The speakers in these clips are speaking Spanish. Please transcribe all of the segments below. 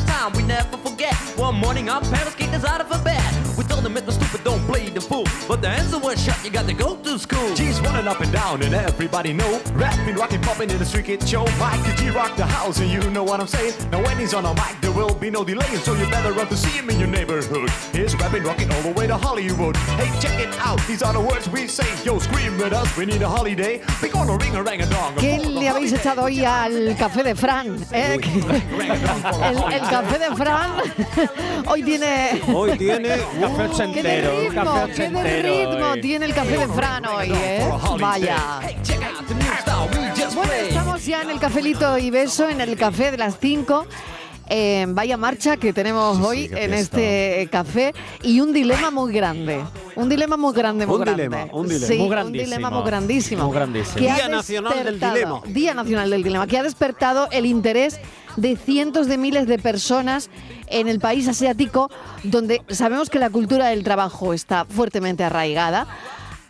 time we never forget. One morning, our parents kicked us out of a bed. We told them it was stupid, don't play the fool. But the answer was shut, you got to go to school. G's running up and down, and everybody know. Rapping, rocking, popping in the street kid show. Mike the G rock the house, and you know what I'm saying. Now when he's on a mic, there will be no delaying, so you better run to see him in your neighborhood. He's rapping, rocking all the way to Hollywood. Hey, check it out. These are the words we say. Yo, scream with us. We need a holiday. We gonna ring a rang a dong. ¿Qué le habéis echado hoy al café de Fran? eh? El, el café de Fran hoy tiene. Hoy tiene uh, café ¿Qué de ochentero. ritmo, café qué de ochentero ritmo hoy. tiene el café de Fran hoy, ¿eh? Vaya. Hey, check Ah, out the new style we just Bueno, played. estamos ya en el cafelito y beso, en el café de las 5. vaya marcha que tenemos hoy qué en fiesta. este café y un dilema muy grande. Un dilema muy grande, muy Un grande. dilema, un dilema. Sí, Muy un grandísimo. dilema muy grandísimo. Muy grandísimo. que ha Día Nacional del despertado- Dilema. Día Nacional del Dilema, que ha despertado el interés de cientos de miles de personas en el país asiático, donde sabemos que la cultura del trabajo está fuertemente arraigada.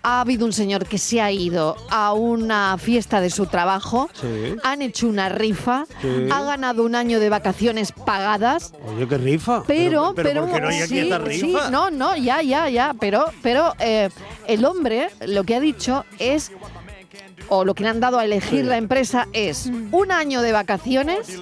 Ha habido un señor que se ha ido a una fiesta de su trabajo, Sí. han hecho una rifa, Sí. ha ganado un año de vacaciones pagadas, Oye, qué rifa. pero, Pero- pero pero, ¿por qué no hay aquí sí, esta rifa? sí, no, no, ya, ya, ya, pero, pero eh, el hombre lo que ha dicho es o lo que le han dado a elegir la empresa es Mm. un año de vacaciones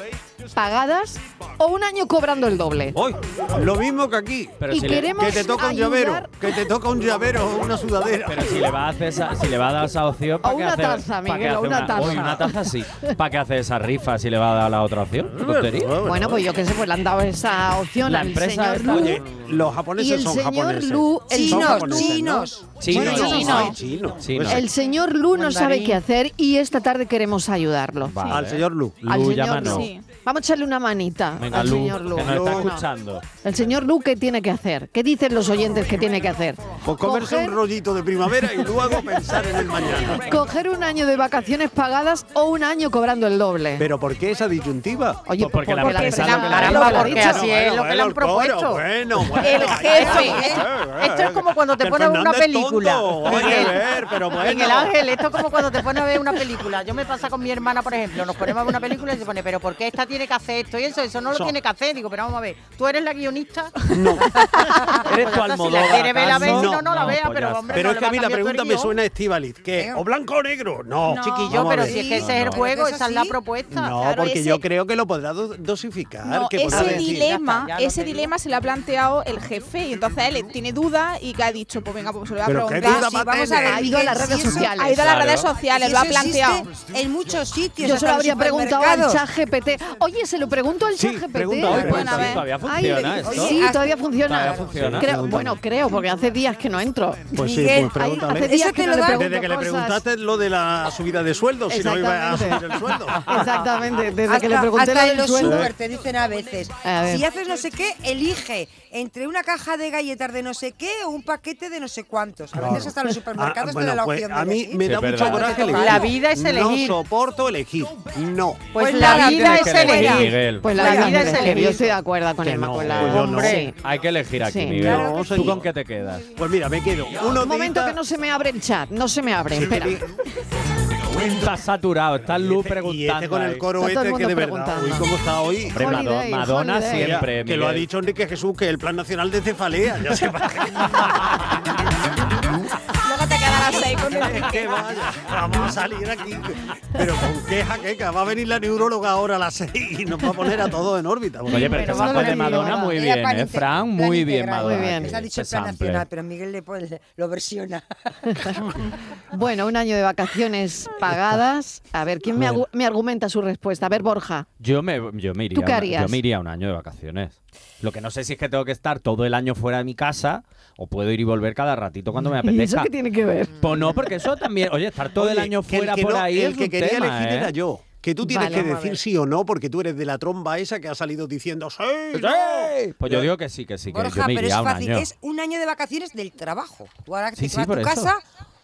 pagadas o un año cobrando el doble. Hoy, Lo mismo que aquí. pero y si le, queremos Que te toca un ayudar llavero, que te toca un llavero o una sudadera. pero si le va a hacer esa, si le va a dar esa opción, O ¿para qué una hace- taza, para qué Miguel, o hace una taza. Oye, una taza sí. ¿Para qué hace esa rifa si le va a dar la otra opción? Mm, ¿Qué tontería? Bueno, pues yo qué sé, pues le han dado esa opción La al empresa señor esta- Lu. Oye, los Y japoneses el son señor japoneses. Lu, el Son señor japoneses, ¿no? chinos. Sí, Bueno, yo no soy sí, no. chino. Sí, Pues no. El señor Lu no sabe Mandarín. qué hacer y esta tarde queremos ayudarlo. Vale. Al señor Lu. Al Lu, señor llámanos. Lu. Sí. Vamos a echarle una manita Venga, al Lu, señor Lu. que nos está Bueno, escuchando. El señor Lu, ¿qué tiene que hacer? ¿Qué dicen los oyentes que tiene que hacer? Pues comerse Coger- un rollito de primavera y luego pensar en el mañana. Coger un año de vacaciones pagadas o un año cobrando el doble. ¿Pero por qué esa disyuntiva? Oye, Pues porque la empresa empresa lo que le ha ha dicho, dicho. lo ha porque dicho. así es lo que le han el coro, propuesto. Bueno, bueno, El vaya, jefe. bueno, Esto es como cuando te que pones una Fernández es película. tonto, oye, Miguel. ver, pero bueno. Miguel Ángel, esto es como cuando te pones a ver una película. Yo me pasa con mi hermana, por ejemplo, nos ponemos a ver una película y se pone, pero ¿por qué esta tiene que hacer esto y eso? Eso no lo Eso. tiene que hacer. Digo, pero vamos a ver, ¿tú eres la guionista? No, ¿Eres Pues tu ya está, Almodóvar? Si la quiere ver, la ve, si acaso? no, no la No, vea, pues ya pero está. hombre, pero no es le que va a mí la cambiar todo el pregunta me guión. suena a Estivaliz, ¿qué? ¿O blanco o negro? No, No, chiquillo, pero sí. si es que ese es el no. juego, Pero que esa es eso la sí. propuesta. No, Claro, porque ese- yo creo que lo podrá do- dosificar. No, que podrá ese puede decir, dilema, Ya está, ya lo ese te digo. dilema se lo ha planteado el jefe y entonces él tiene dudas y que ha dicho, pues venga, pues se lo voy a Pero qué preguntar. duda Sí, va a vamos a tener. ver, Ha ido a las si redes eso- sociales. Ha ido a las Claro. redes sociales, Si lo ha eso existe, planteado. En muchos sitios. Yo hasta se lo en habría preguntado al supermercados. chat GPT. Oye, se lo pregunto al chat Sí, GPT. pregunta Oye, hoy, pues, Bueno, a sí, ver. todavía Ay, funciona esto. sí, Hasta- todavía funciona. Todavía funciona. Creo- bueno, creo, porque hace días que no entro. Pues sí, Miguel, pues Ay, pregúntale. hace días Eso que te no lo le da- pregunto Desde que le cosas. preguntaste lo de la subida de sueldo, si no iba a subir el sueldo. Exactamente, desde Hasta, que le pregunté hasta lo en del los sueldo. súper te dicen a veces, A ver. si haces no sé qué, elige entre una caja de galletas de no sé qué o un paquete de no sé cuántos. A veces hasta los supermercados Ah, bueno, te dan la pues, opción de a mí elegir. me Sí, da es mucho verdad. coraje elegir. La vida es elegir. No soporto elegir. No. Pues, Pues la nada, vida Tienes es que elegir, elegir. Miguel. Pues la, La vida, vida es es elegir. elegir. Yo estoy de acuerdo con Que el no, Macola. pues yo no. Hombre. Hay que elegir aquí, Sí. Miguel. Claro que ¿Tú sí. con qué te quedas? Pues mira, me quedo. Uno Un momento que no se me abre el chat, no se me abre. Espera. Está saturado, está Lu preguntando. Y este con el ahí. coro Está todo el este que de mundo verdad. Uy, preguntando. cómo está hoy. Hombre, Mado- Holiday, Madonna holiday. Mira, siempre. que lo ha Miguel. dicho Enrique Jesús, que el Plan Nacional de Cefalea. Ya se va. Luego te quedarás ahí con el... que vaya. Vamos a salir aquí. Pero con qué jaqueca. Va a venir la neuróloga ahora a las seis y nos va a poner a todos en órbita. Oye, pero este Pero no sample lo de digo, Madonna nada. muy Era bien, plan ¿eh? inte- Fran, plan muy bien, integral. Madonna. Muy bien. que Ha dicho el este plan sample. nacional, pero Miguel le pone- lo versiona. Bueno, un año de vacaciones pagadas. A ver, ¿quién me, agu- me argumenta su respuesta? A ver, Borja. Yo me, yo, me iría ¿Tú qué una- harías? yo me iría un año de vacaciones. Lo que no sé si es que tengo que estar todo el año fuera de mi casa o puedo ir y volver cada ratito cuando me ¿Y eso apetezca. qué tiene que ver? Pues no, porque eso también. Oye, estar todo el Oye, año que el fuera que por no- ahí. El es que un quería tema, elegir ¿eh? era yo. Que tú tienes Vale, que vamos a decir ver. sí o no, porque tú eres de la tromba esa que ha salido diciendo sí. ¡Sí! Pues yo digo que sí, que sí, que yo Borja, me pero iría es un fácil. año. Es un año de vacaciones del trabajo. Tú ahora Sí, te sí, vas a por tu eso. casa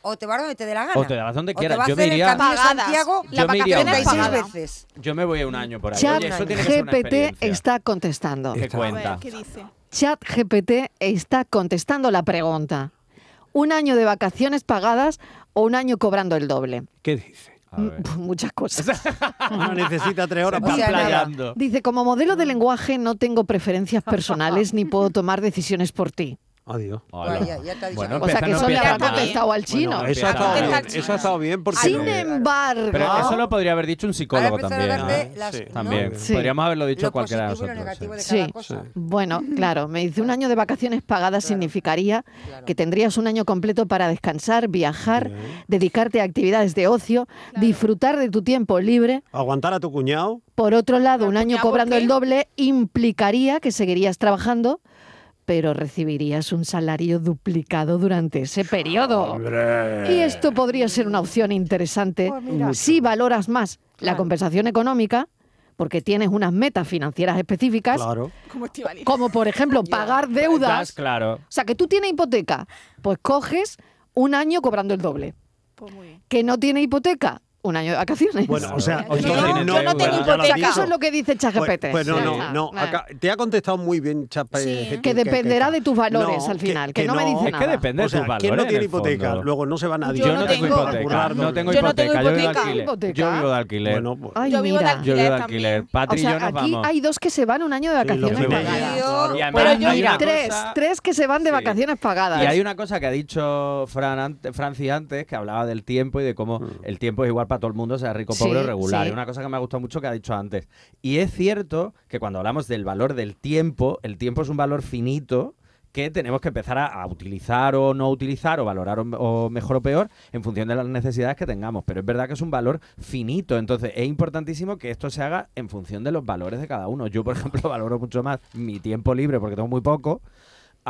o te vas donde te dé la gana. O te vas donde O te quieras. vas Yo a me hacer iría- el Camino de Pagadas. Santiago Las Yo me iría vacaciones 36 pagadas. pagadas. veces. Yo me voy un año por ahí. Chat Oye, eso tiene que ser una GPT experiencia. está contestando. ¿Qué A ver, cuenta? ¿qué dice? ChatGPT está contestando la pregunta. ¿Un año de vacaciones pagadas o un año cobrando el doble? ¿Qué dice? A ver. Muchas cosas. No necesita tres horas O para sea, nada. playando. Dice, como modelo Ah. de lenguaje no tengo preferencias personales ni puedo tomar decisiones por ti. Ah, Adiós. Hola. Vaya, ya te ha dicho. Bueno, O sea empieza- que no eso le empieza ha mal. contestado al chino. Eso Bueno, empieza ha mal. estado Está bien. Eso ha estado bien porque. Sin no- embargo, Pero eso lo podría haber dicho un Ahora psicólogo empezar a también. darte ¿no? las. Sí. ¿no? También. Sí. Podríamos haberlo dicho Lo cualquiera de positivo y lo nosotros. negativo sí. de cada Sí. cosa. bueno, claro, me dice un año de vacaciones pagadas significaría claro. que tendrías un año completo para descansar, viajar, dedicarte a actividades de ocio, disfrutar de tu tiempo libre. Aguantar a tu cuñado. Por otro lado, un año cuñado, ¿por cobrando qué? el doble implicaría que seguirías trabajando, pero recibirías un salario duplicado durante ese periodo. Eh. Y esto podría ser una opción interesante Pues si valoras más la compensación económica, porque tienes unas metas financieras específicas, Claro. Como este Estivali. como por ejemplo pagar Estás deudas. claro. O sea, que tú tienes hipoteca, pues coges un año cobrando el doble. Pues muy bien. Que no tiene hipotica, un año de vacaciones. Bueno, o sea, Yo no- entonces yo no tengo ya lo has O sea, que dicho. eso es lo que dice Pues, ChatGPT. pues no, Ya no, está. no. Vale. acá- te ha contestado muy bien, Chapa. Sí. Jeje, Que dependerá de tus valores No, al final, que no me dice Es que nada. depende O sea, de tus valores. ¿quién no en tiene el hipoteca? fondo. Luego no se va nadie. Yo, Yo no no tengo tengo. hipoteca. No tengo Yo no tengo hipoteca. Yo vivo de hipoteca. alquiler. ¿Hipoteca? Yo vivo de alquiler. Bueno, pues, Ay, Yo vivo de mira. yo vivo de alquiler alquiler. también. O Patri sea, y yo nos aquí vamos. hay dos que se van un año de sí, lo vacaciones que me pagadas. diga. Adiós. Y además Pero yo hay mira, una Tres, cosa- tres que se van de Sí. vacaciones pagadas. Y hay una cosa que ha dicho Fran ante- Franci antes, que hablaba del tiempo y de cómo el tiempo es igual para todo el mundo, sea rico, Sí, pobre o regular. sí. Y una cosa que me ha gustado mucho que ha dicho antes. Y es cierto que cuando hablamos del valor del tiempo, el tiempo es un valor finito que tenemos que empezar a, a utilizar o no utilizar o valorar o, o mejor o peor en función de las necesidades que tengamos. Pero es verdad que es un valor finito, entonces es importantísimo que esto se haga en función de los valores de cada uno. Yo, por ejemplo, valoro mucho más mi tiempo libre porque tengo muy poco.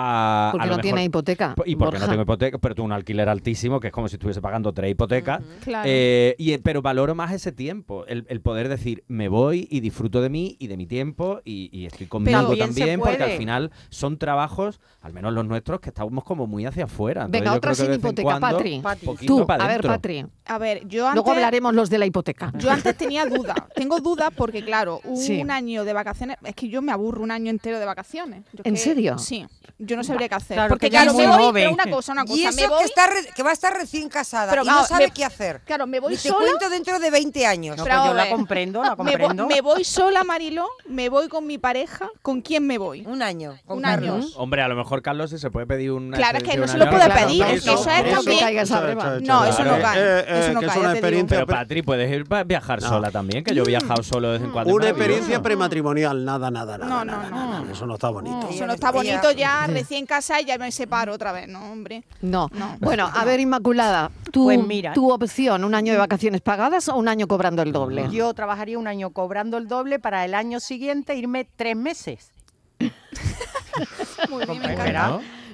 A, a porque lo no tiene mejor- hipoteca. y porque Borja. no tengo hipoteca, pero tengo un alquiler altísimo, que es como si estuviese pagando tres hipotecas. Claro. Eh, y, eh, pero valoro más ese tiempo, el, el poder decir, me voy y disfruto de mí y de mi tiempo y, y estoy conmigo bien se también, porque puede. al final son trabajos, al menos los nuestros, que estamos como muy hacia afuera. Entonces, Venga, yo otra creo que sin de vez en hipoteca, cuando, Patri. Patri. poquito Tú, pa' a ver, dentro. Patri. A ver, yo antes. Luego hablaremos los de la hipoteca. Yo antes tenía dudas. Tengo dudas porque, claro, un Sí. año de vacaciones. Es que yo me aburro un año entero de vacaciones. Yo ¿En que- serio? Sí. Yo no sabría qué hacer. Claro, porque, que ya claro, es me muy voy, joven. pero una cosa, una cosa. Y me eso voy, que, está re- que va a estar recién casada Pero, y no vamos, sabe me- qué hacer. Claro, me voy Ni te sola. cuento dentro de 20 años. No, Pero pues yo a la ver. comprendo, la No, me, comprendo. voy, me voy sola, Marilo. Me voy con mi pareja. ¿Con quién me voy? Un año. Con Un año. Carlos. Hombre, a lo mejor, Carlos, si se puede pedir una Claro, es que extensión no se al lo año, puede claro, pedir, claro, es que eso es claro. también- caiga esa breva. No, eso no cae, Eh, eso no que cae, es una ya te digo. experiencia. Pero, pre- Patri, puedes ir para viajar No. sola también, que yo he Mm. viajado solo de vez en cuando. Una es maravilloso. experiencia prematrimonial. Nada, nada, nada. No, no, nada, no. nada, Eso no está bonito. Eso no está bonito ya, recién casa y ya me separo otra vez, ¿no, hombre? No. No. Bueno, a ver, Inmaculada, tú, Pues mira. tu opción, un año de vacaciones pagadas o un año cobrando el doble. Yo trabajaría un año cobrando el doble para el año siguiente irme tres meses. Muy bien, me Pues Bueno, encanta.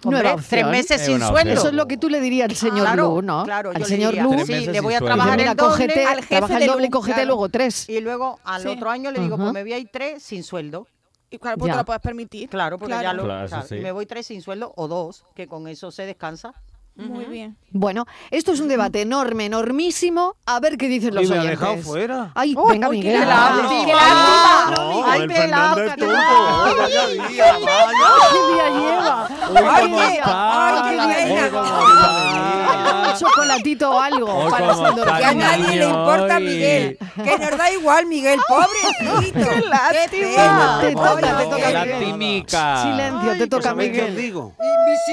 Nueva Hombre, opción. tres meses Es sin una sueldo. opción. Eso es lo que tú le dirías al señor claro, Lu, ¿no? claro, al yo señor diría, Lu, Pues Tres sí, meses le voy a sin trabajar sueldo. el mira, doble cógete, al jefe trabaja el del doble y Lu, cógete claro. luego tres. y luego al Sí. otro año le digo, Ajá. pues me voy a ir tres sin sueldo. Y claro, pues Ya. te lo puedes permitir. Claro, porque ya lo Claro, eso ¿sabes? sí. me voy tres sin sueldo o dos, que con eso se descansa. Muy bien. Bueno, esto es un debate enorme, enormísimo. A ver qué dicen los Y me ha oyentes. dejado fuera. Ay, Uy, venga, uy, qué Miguel. lástima, habla. qué lástima. No, Ay, el pelao, Fernández Catalán. Turco. oh, vaya día, vaya. ¡Qué día lleva! Ay, Ay, qué- ay, qué Ay, reina. cómo ay, un está. chocolatito o algo Hoy para como Sandor. está Que a nadie le Niño, importa, y- Miguel. Que nos da igual, Miguel. Pobrecito. ¡Qué lástima. Te toca, pena. te toca, La Miguel. tímica. Silencio, te toca ¿Sabéis qué os Miguel. digo?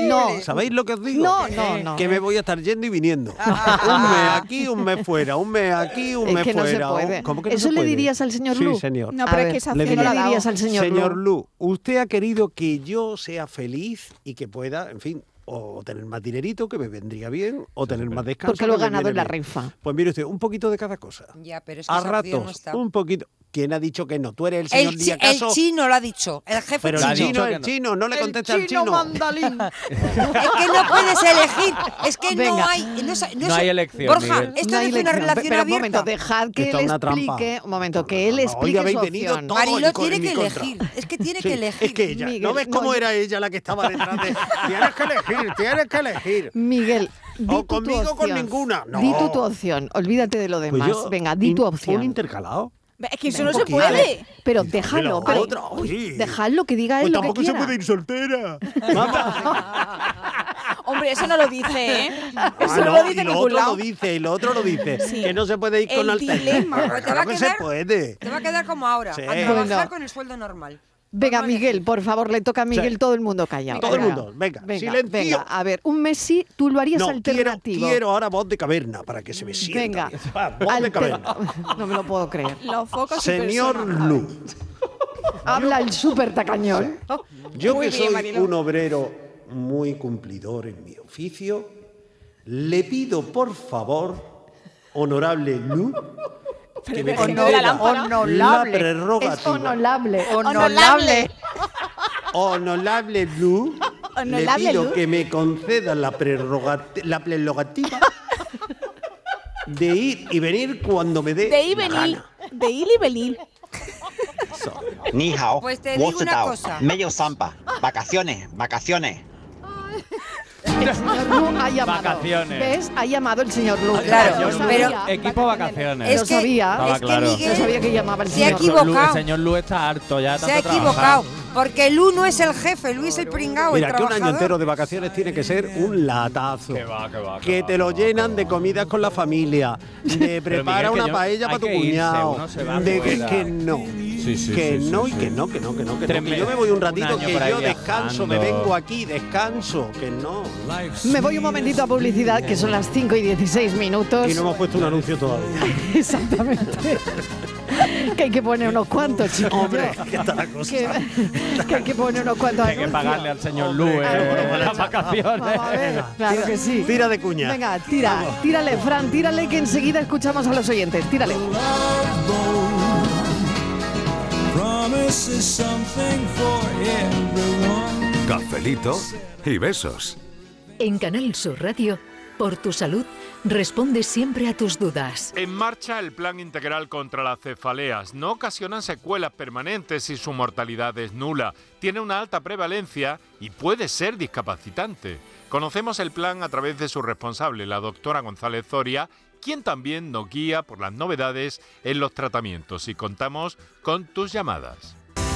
No, ¿Sabéis lo que os digo? No, no, no. eh. Ah. Que me voy a estar yendo y viniendo. un mes aquí, un mes fuera, un mes aquí, un Es mes que no se fuera. puede. un- ¿Cómo que no ¿Eso se le puede? dirías al señor sí, Lu? señor. No, A pero es ver, que esa le opción ¿Qué no le la damos. dirías al señor, Señor Lu? Lu, usted ha querido que yo sea feliz y que pueda, en fin, o tener más dinerito, que me vendría bien, o tener más descanso. Porque lo he que me ganado en viene la bien. rifa. Pues mire usted, un poquito de cada cosa. Ya, pero es que a esa opción ratos, no está. un poquito. ¿Quién ha dicho que no? Tú eres el El, señor chi- Díaz el Caso, chino lo ha dicho. El jefe Pero lo chino. ha el chino, dicho que el no. chino, no le contesta al chino. mandalín. Es que no puedes elegir. Es que no Venga. hay. No, sa- No sa- hay elección, Borja, Miguel. esto No no hay es una elección. relación Pero un abierta. momento, dejad que Esto él es una trampa. explique. Un momento, que Esto él es una trampa. Hoy explique habéis su venido opción. todos Marilo en co- en tiene mi que contra. elegir. Es que tiene Sí, que elegir. Es que ella, Miguel, ¿no ves no, cómo yo- era ella la que estaba detrás de Tienes que elegir, tienes que elegir. Miguel, di O tú tu conmigo o con opción. ninguna. No. Di tú tu opción. Olvídate de lo demás. Pues yo, Venga, di in- tu Un opción. intercalado. Es que eso Un no se poquito. puede. Pero déjalo, la pero otra, oye. dejadlo que diga él Pues lo que tampoco se quiera. puede ir soltera. Hombre, eso no lo dice, ¿eh? Eso Ah, no, lo no, dice y en lo ningún otro lado. lo dice, y lo otro lo dice. Sí. Que no se puede ir con El dilema. alternativa. Pero te va a Claro que se quedar- puede. Te va a quedar como ahora, Sí. a trabajar Bueno. con el sueldo normal. Venga, Miguel, por favor, le toca a Miguel, todo el mundo callado. Todo el mundo, venga, silencio. venga, a ver, un Messi, tú lo harías No, quiero, alternativo. quiero ahora voz de caverna para que se me sienta. Venga, Va, voz de alter- caverna. no me lo puedo creer. Los focos y Señor personas. Lu, Habla el súper tacañón. yo Muy que bien, soy Mariló. un obrero muy cumplidor en mi oficio, le pido por favor, honorable Lu, que me pero si no de la conceda lámpara. la Honorable. Es prerrogativa. honorable. Honorable. Honorable Blue, le Honorable pido Lu. que me conceda la, prerrogati- la prerrogativa de ir y venir cuando me dé De ir y la venir. gana. De ir y venir. Ni hao, Pues te wo digo se una tao, cosa. medio zampa, vacaciones, vacaciones. El señor Lu ha llamado. Vacaciones. ¿Ves? Ha llamado el señor Lu. Claro, Lo pero- sabía. Equipo vacaciones. Es- Lo sabía. Estaba es que claro. Yo sabía Miguel que llamaba el se ha señor Lu. Señor Lu- equivocado. el señor Lu está harto ya. de se tanto ha trabajar. equivocado, porque el uno es el jefe, Luis el Ah, pringao, el Mira, que un año trabajador. entero de vacaciones tiene que ser un latazo. Que va, que va, que Que va, te que lo va, llenan de comidas con la familia. Te Pero, prepara Miguel, que una yo- paella hay para tu que irse, cuñado. uno se va De que, fuera. que no. Sí, sí, que sí, no sí, y que sí. no, que no, que no, que Tres no. Que yo meses, me voy un un ratito, año que por ahí yo descanso, me viajando. vengo aquí, descanso. Que no. Me voy un momentito a publicidad, que son las 5 y 16 minutos. Y no hemos puesto un anuncio todavía. Exactamente. que hay que poner unos cuantos, chicos. Hombre, ¿qué está la cosa? que, que hay que poner unos cuantos Hay que anuncios. pagarle al señor Lu Hombre, eh, claro, bueno, las vacaciones. Vamos a ver, claro que sí. Tira de cuña. Venga, tira, tírale, Fran, tírale que enseguida escuchamos a los oyentes. Tírale. Cafelito y besos. En Canal Sur Radio, por tu salud, responde siempre a tus dudas. En marcha el plan integral contra las cefaleas. No ocasionan secuelas permanentes y su mortalidad es nula. Tiene una alta prevalencia y puede ser discapacitante. Conocemos el plan a través de su responsable, la doctora González Zoria, quien también nos guía por las novedades en los tratamientos y contamos con tus llamadas.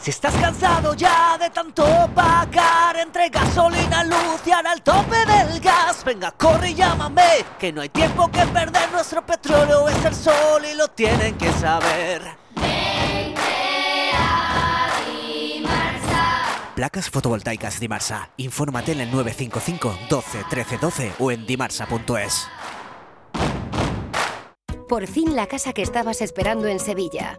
Si estás cansado ya de tanto pagar entre gasolina, luz y ahora el tope del gas, venga, corre y llámame, que no hay tiempo que perder, nuestro petróleo es el sol y lo tienen que saber. Placas fotovoltaicas Dimarsa. Infórmate en el 955 12 13 12 o en dimarsa.es. Por fin la casa que estabas esperando en Sevilla.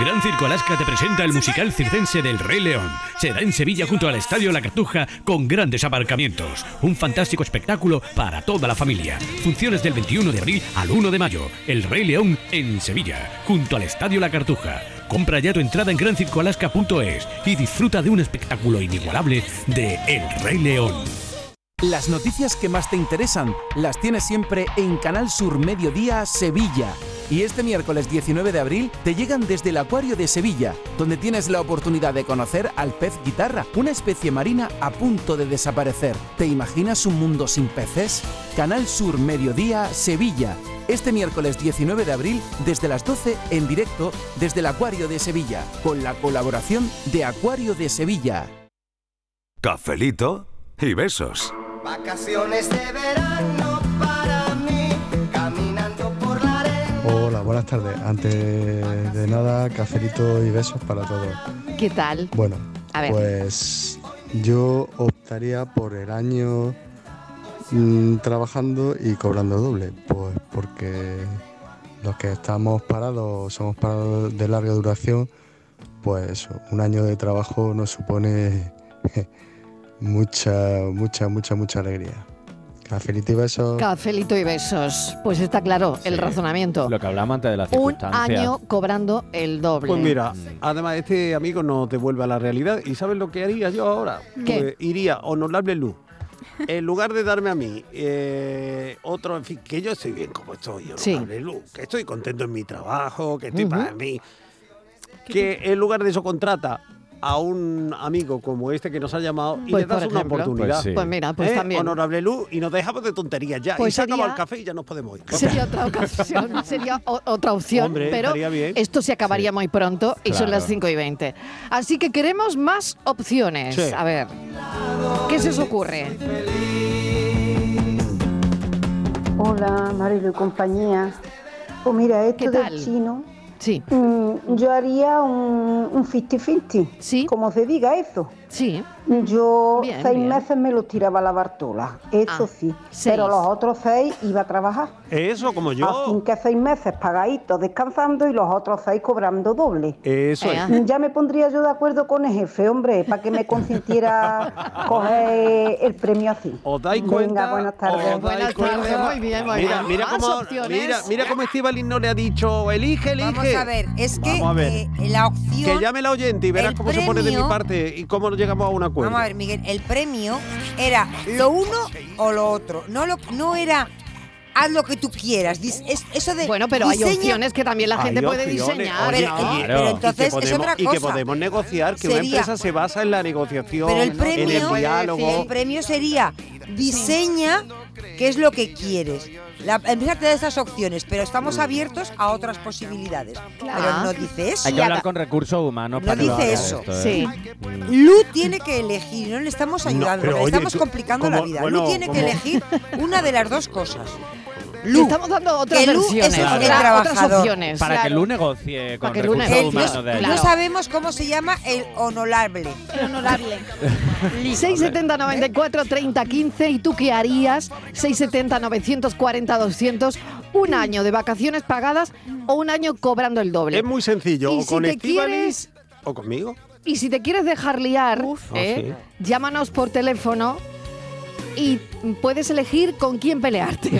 Gran Circo Alaska te presenta el musical circense del Rey León. Será en Sevilla junto al Estadio La Cartuja con grandes aparcamientos. Un fantástico espectáculo para toda la familia. Funciones del 21 de abril al 1 de mayo. El Rey León en Sevilla junto al Estadio La Cartuja. Compra ya tu entrada en grancircoalaska.es y disfruta de un espectáculo inigualable de El Rey León. Las noticias que más te interesan las tienes siempre en Canal Sur Mediodía Sevilla. Y este miércoles 19 de abril te llegan desde el Acuario de Sevilla, donde tienes la oportunidad de conocer al pez guitarra, una especie marina a punto de desaparecer. ¿Te imaginas un mundo sin peces? Canal Sur Mediodía Sevilla. Este miércoles 19 de abril, desde las 12, en directo, desde el Acuario de Sevilla, con la colaboración de Acuario de Sevilla. Cafelito y besos. Hola, buenas buenas tardes. Antes de nada, cafelito y besos para todos. ¿Qué tal? Bueno, A ver. pues yo optaría por el año mm, trabajando y cobrando doble, pues porque los que estamos parados, somos parados de larga duración, pues eso, un año de trabajo nos supone mucha, mucha, mucha, mucha alegría. Cafelito y besos. Cafelito y besos. Pues está claro el razonamiento. Lo que hablamos antes de las Un circunstancias. año cobrando el doble. Pues mira, además este amigo nos devuelve a la realidad. ¿Y sabes lo que haría yo ahora? ¿Qué? Pues iría a honorable luz. En lugar de darme a mí eh, otro, en fin, que yo estoy bien como estoy, Sí. honorable luz, que estoy contento en mi trabajo, que estoy Ujú. para mí. Que en lugar de eso contrata a un amigo como este que nos ha llamado y Pues, le das por una ejemplo. oportunidad. Pues sí. Pues mira, pues Eh, también. Honorable luz, y nos dejamos de tonterías ya. Pues y se ha acabado sería- el café y ya nos podemos ir. Sería otra ocasión, sería o- otra opción, Hombre, pero estaría bien. esto se acabaría muy pronto y son Claro. las 5 y 20. Así que queremos más opciones. Sí. A ver, ¿qué se os ocurre? Hola, Marilo y compañía. Pues mira, esto del chino. mm, Sí. yo haría un, un 50-50. Sí. Como se diga eso. Sí. Yo Bien, seis bien. meses me los tiraba a la Bartola. Eso Ah, sí. seis. Pero los otros seis iba a trabajar. Eso, como Así Ah. yo. que seis meses pagaditos descansando y los otros seis cobrando doble. Eso Eh, es. Ya me pondría yo de acuerdo con el jefe, hombre, para que me consintiera coger el premio así. ¿Os dais Venga, cuenta? buenas tardes. ¿Os dais cuenta? muy bien, muy mira, bien. Mira Más cómo, opciones. mira, mira cómo Estíbaliz no le ha dicho, elige, elige. Vamos a ver, es que Vamos a ver. eh, la opción. Que llame la oyente y verás el cómo se pone de mi premio- parte y cómo llegamos a un acuerdo. Vamos a ver, Miguel, el premio era lo uno o lo otro. No, lo, no era haz lo que tú quieras. Dis- es- eso de Bueno, pero hay diseña- opciones que también la gente Ay, puede opciones. diseñar. Oye, Pero- oye, oye, pero y que entonces es podemos- otra Y que cosa. podemos negociar, que una Sería- empresa se basa en la negociación, Pero el en premio, el diálogo. el premio sería diseña qué es lo que quieres. La empresa te da esas opciones, pero estamos abiertos a otras posibilidades. Pero no dice eso. Hay que hablar con recursos humanos No para que lo dice hagan eso. esto, ¿eh? Sí. Mm. Lu tiene que elegir, no le estamos ayudando, pero le oye, estamos tú- complicando la como- vida. bueno, Lu tiene que como- elegir una de las dos cosas. Lu, estamos dando otras que Lu es versiones, el otra- otras trabajador. opciones. Para que claro. Lu negocie con que Lu recursos negocie. humanos de allí. No sabemos cómo se llama el honorable. El honorable. 670 94 30 15 y tú qué harías 670 940 200 un año de vacaciones pagadas o un año cobrando el doble Es muy sencillo, Y o si con te Estíbaliz o conmigo. y si te quieres dejar liar Ah, ¿eh? llámanos por teléfono y puedes elegir con quién pelearte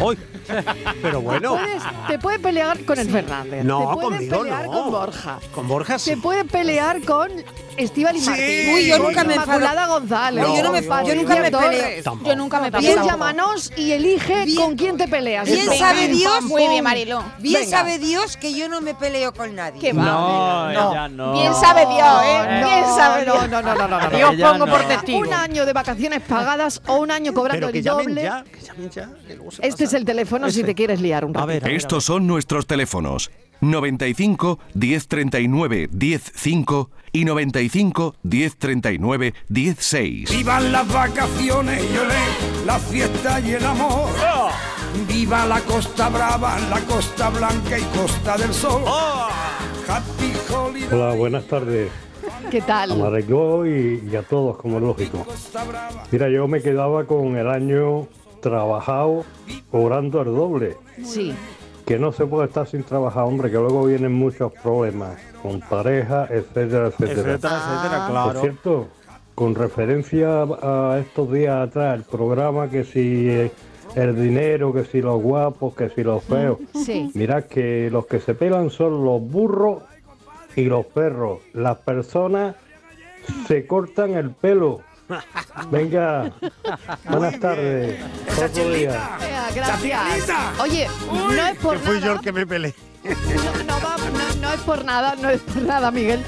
Pero bueno, Puedes- te puedes pelear con el Fernández No, te puedes conmigo pelear no. con Borja con Borja sí. te puedes pelear con Estíbaliz Sí. Martín. Uy, yo con nunca me enfado. Inmaculada González. No, Yo no me con enfado, yo Patricia nunca me peleo. Torres. Tampoco. Yo nunca me peleo. Bien, Tampoco. llámanos y elige con quién te peleas. Bien Entonces, sabe pim, Dios, pam, muy bien, pum. Marilo. Bien Venga. sabe Dios que yo no me peleo con nadie. ¿Qué va? No, ella no. Bien sabe Dios, ¿eh? No, Bien sabe no, Dios. no, no, no, no, no. Dios Ella pongo no. por testigo. Un año de vacaciones pagadas o un año cobrando Pero que el llamen doble. ya, que llamen ya. que luego se Este pasa. es el teléfono si Ese. te quieres liar un rato. Estos son nuestros teléfonos. 95 1039 105 y 95 1039 106. Vivan las vacaciones, yo le, la fiesta y el amor. Viva la Costa Brava, la Costa Blanca y Costa del Sol. Happy Holiday. Hola, buenas tardes. ¿Qué A tal? Mariló y, y a todos, como lógico. Mira, yo me quedaba con el año trabajado, cobrando el doble. Sí. Que no se puede estar sin trabajar, hombre, que luego vienen muchos problemas con pareja, etcétera, etcétera. Etcétera, etcétera, Ah. claro. Por cierto, con referencia a estos días atrás, el programa que si eh, el dinero, que si los guapos, que si los feos. Sí. Mirad que los que se pelan son los burros y los perros. Las personas se cortan el pelo. Venga, buenas tardes. Otro día. Vea, Gracias. Oye, no es por Que fui yo el que me peleé. No, va- no- no es por nada, no es por nada, Miguel.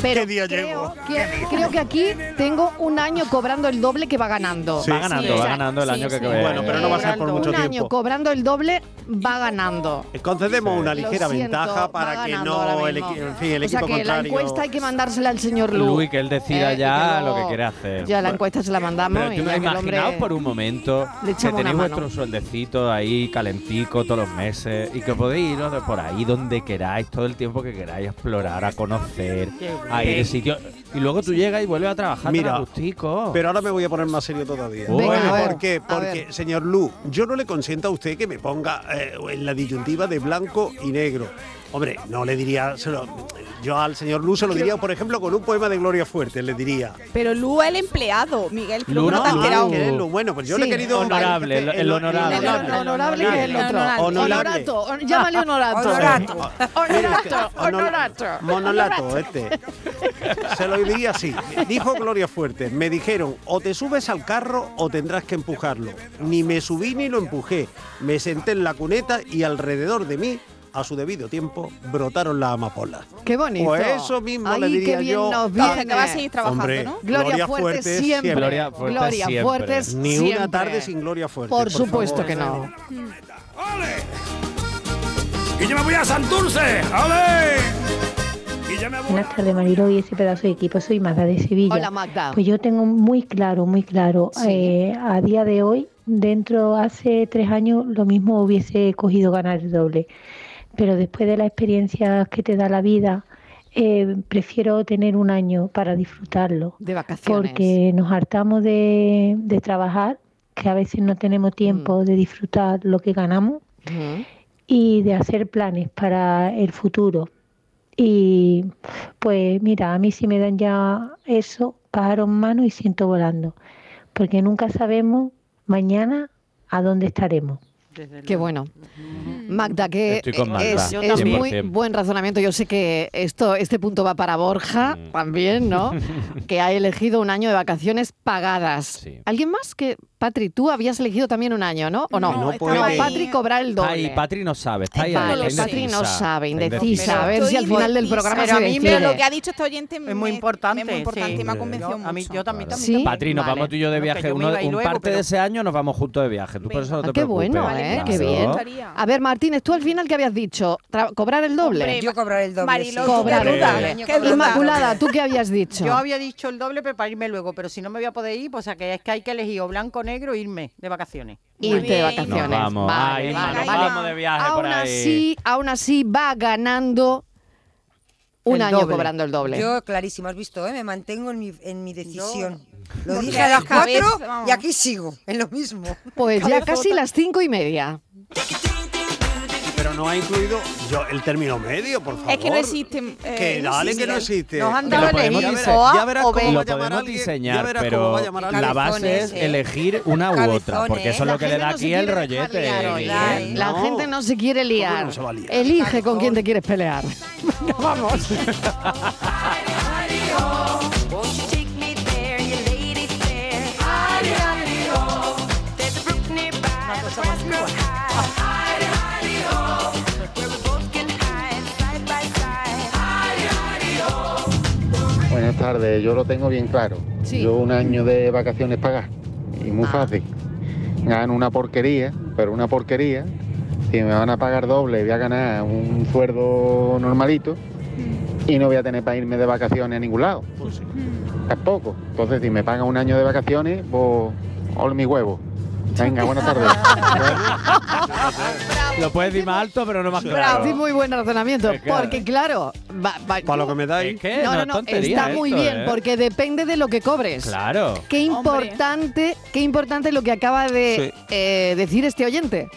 Pero ¿Qué día creo, llevo? Que, creo que aquí tengo un año cobrando el doble que va ganando. Va ganando, va ganando el año que Bueno, pero no va a ser por mucho un año tiempo. cobrando el doble va ganando. Concedemos una Lo ligera siento, ventaja va para que ganando ahora no el, mismo. equi- en fin, el o sea equipo que la contrario. encuesta hay que mandársela al señor Lu. Luis, que él decida Eh, ya y que luego- lo que quiere hacer. Ya la encuesta se la mandamos Pero y tú no ya que el imaginaos hombre... por un momento le que echamos una tenéis mano. vuestro sueldecito ahí calentico todos los meses y que podéis iros de por ahí donde queráis, todo el tiempo que queráis, a explorar, a conocer, Qué bueno. a ir de sitio. Y luego tú llegas y vuelves a trabajar Mira, tan a gustico. Pero ahora me voy a poner más serio todavía. Venga, Bueno. a ver, ¿Por qué? a Porque, ver. señor Lu, yo no le consiento a usted que me ponga eh, en la disyuntiva de blanco y negro. Hombre, no le diría, se lo- yo al señor Lu se lo diría, por ejemplo, con un poema de Gloria Fuerte, le diría. Pero Lu es el empleado, Miguel. que Lu, tú no te has no, enterado. que es lo bueno, pues yo le he querido- Honorable, el, el honorable. El honorable, Honorable que el otro. Honorato. hon- Llámale honorato. Honorato. Honorato. Honor- Honorato. Monolato, este. Se lo diría así. Dijo Gloria Fuerte, me dijeron, o te subes al carro o tendrás que empujarlo. Ni me subí ni lo empujé. Me senté en la cuneta y alrededor de mí, a su debido tiempo, brotaron las amapolas. Qué bonito. Pues eso mismo Ay, le diría qué bien yo. nos Ah, viene. que va a seguir trabajando, Hombre, ¿no? Gloria, Fuerte, siempre. Gloria Fuerte Gloria siempre. Fuerte Ni una siempre. tarde sin Gloria Fuerte, Por, por supuesto favor. que no. Y yo me voy a Santurce. ¡Ale! Y yo me voy Buenas tardes, Marilo y ese pedazo de equipo. Soy Magda de Sevilla. Hola, Magda. Pues yo tengo muy claro, muy claro. Sí. eh, a día de hoy, dentro hace tres años, lo mismo hubiese cogido ganar el doble. Pero después de las experiencias que te da la vida, eh, prefiero tener un año para disfrutarlo. De vacaciones. Porque nos hartamos de, de trabajar, que a veces no tenemos Mm. tiempo de disfrutar lo que ganamos y de hacer planes para el futuro. Y pues mira, a mí si me dan ya eso, pájaro en mano y siento volando, porque nunca sabemos mañana a dónde estaremos. Qué bueno. Magda, que Estoy con Magda, es, Yo es también. muy 100%. buen razonamiento. Yo sé que esto, este punto va para Borja Mm. también, ¿no? que ha elegido un año de vacaciones pagadas. ¿Alguien más? Que Patri, tú habías elegido también un año, ¿no? ¿O no? No, No, estaba puede. ahí. Patri cobra el Está doble. ahí, Patri no sabe. Está ahí, Vale, está indecisa, Patri no sabe, está indecisa. A ver si al final del programa Pero se a mí me decide. lo Lo que ha dicho este oyente es muy importante. Es muy importante y me ha convencido Yo- A mí, yo también, también. Sí. Patri, nos Vale. vamos tú y yo de No, que yo viaje. me Uno- iba ahí un luego, parte pero- de ese año nos vamos juntos de viaje. Tú por eso no te Ah, qué preocupes. bueno, ¿eh? Qué bien. Martínez, tú al final, ¿qué habías dicho? Tra- ¿Cobrar el doble? Hombre, Yo cobrar el doble, Mariló, sí. Cobrar qué el duda, doble. qué duda. Inmaculada, ¿tú qué habías dicho? Yo había dicho el doble pero para irme luego, pero si no me voy a poder ir, pues o sea, que es que hay que elegir o blanco o negro o irme de vacaciones. Irte de vacaciones. Nos vamos, Vale, ay, vale, nos vale. vamos de viaje aún por ahí. Así, aún así va ganando un El año doble. cobrando el doble. Yo, clarísimo, has visto, ¿eh? me mantengo en mi, en mi decisión. Lo No dije tienes a las cabeza, cuatro vamos. y aquí sigo, en lo mismo. pues ya casi las cinco y media. Pero no ha incluido yo el término medio, por favor. Es que no existen. eh, que no dale, que existen. no existe. pues, Ya verás cómo lo podemos diseñar, pero la base es ¿eh? elegir una u otra, porque eso es lo que le da aquí el rollete. Miguel. La gente no se quiere liar. no se va a liar? Elige con quién te quieres pelear. Nos vamos. Won't you take me there, you lady fair? Hidey, hidey, ho. There's a brook nearby, the grass grows high. Hidey, hidey, ho. Where we both can hide, side by side. Hidey, hidey, ho. Buenas tardes, yo lo tengo bien claro. Yo un año de vacaciones pagas y muy fácil. Gano una porquería, pero una porquería. Si me van a pagar doble, voy a ganar un sueldo normalito y no voy a tener para irme de vacaciones a ningún lado. Tampoco. Entonces, si me pagan un año de vacaciones, pues, ol mi huevo. Venga, buenas tardes. Lo puedes decir más alto, pero no más Bravo, claro. sí, muy buen razonamiento. Es que- Porque claro, va- va- Para lo que me dais. Es no, que no no, es no, tontería está muy esto, bien, ¿eh? porque depende de lo que cobres. Claro. Qué importante, qué importante lo que acaba de Sí. eh, decir este oyente.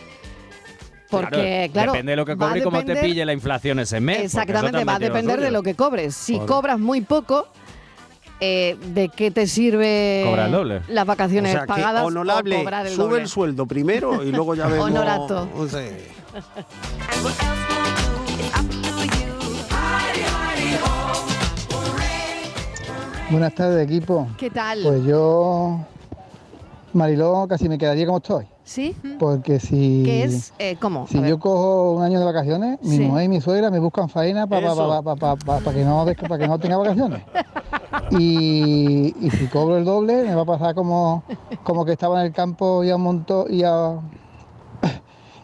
Porque, claro, Depende de lo que va a cobre y cómo te depender- pille la inflación ese mes. porque eso Exactamente, también va a tiene lo depender de suyo. lo que cobres. Si Joder. cobras muy poco, eh, ¿de qué te sirve Cobrar el doble. Eh, las O vacaciones sea, que pagadas o honorable, cobrar el sube doble? el sueldo primero y luego ya vemos. Honorato. o sea, Buenas tardes, equipo. ¿Qué tal? Pues yo, Mariló, casi me quedaría como estoy. ¿Sí? Porque si. ¿Qué es? Eh, ¿Cómo? Si yo cojo un año de vacaciones, mi Sí. mujer y mi suegra me buscan faena para Eso. que, no, des- pa que no tenga vacaciones. Y, y si cobro el doble, me va a pasar como, como que estaba en el campo y a un montón y a,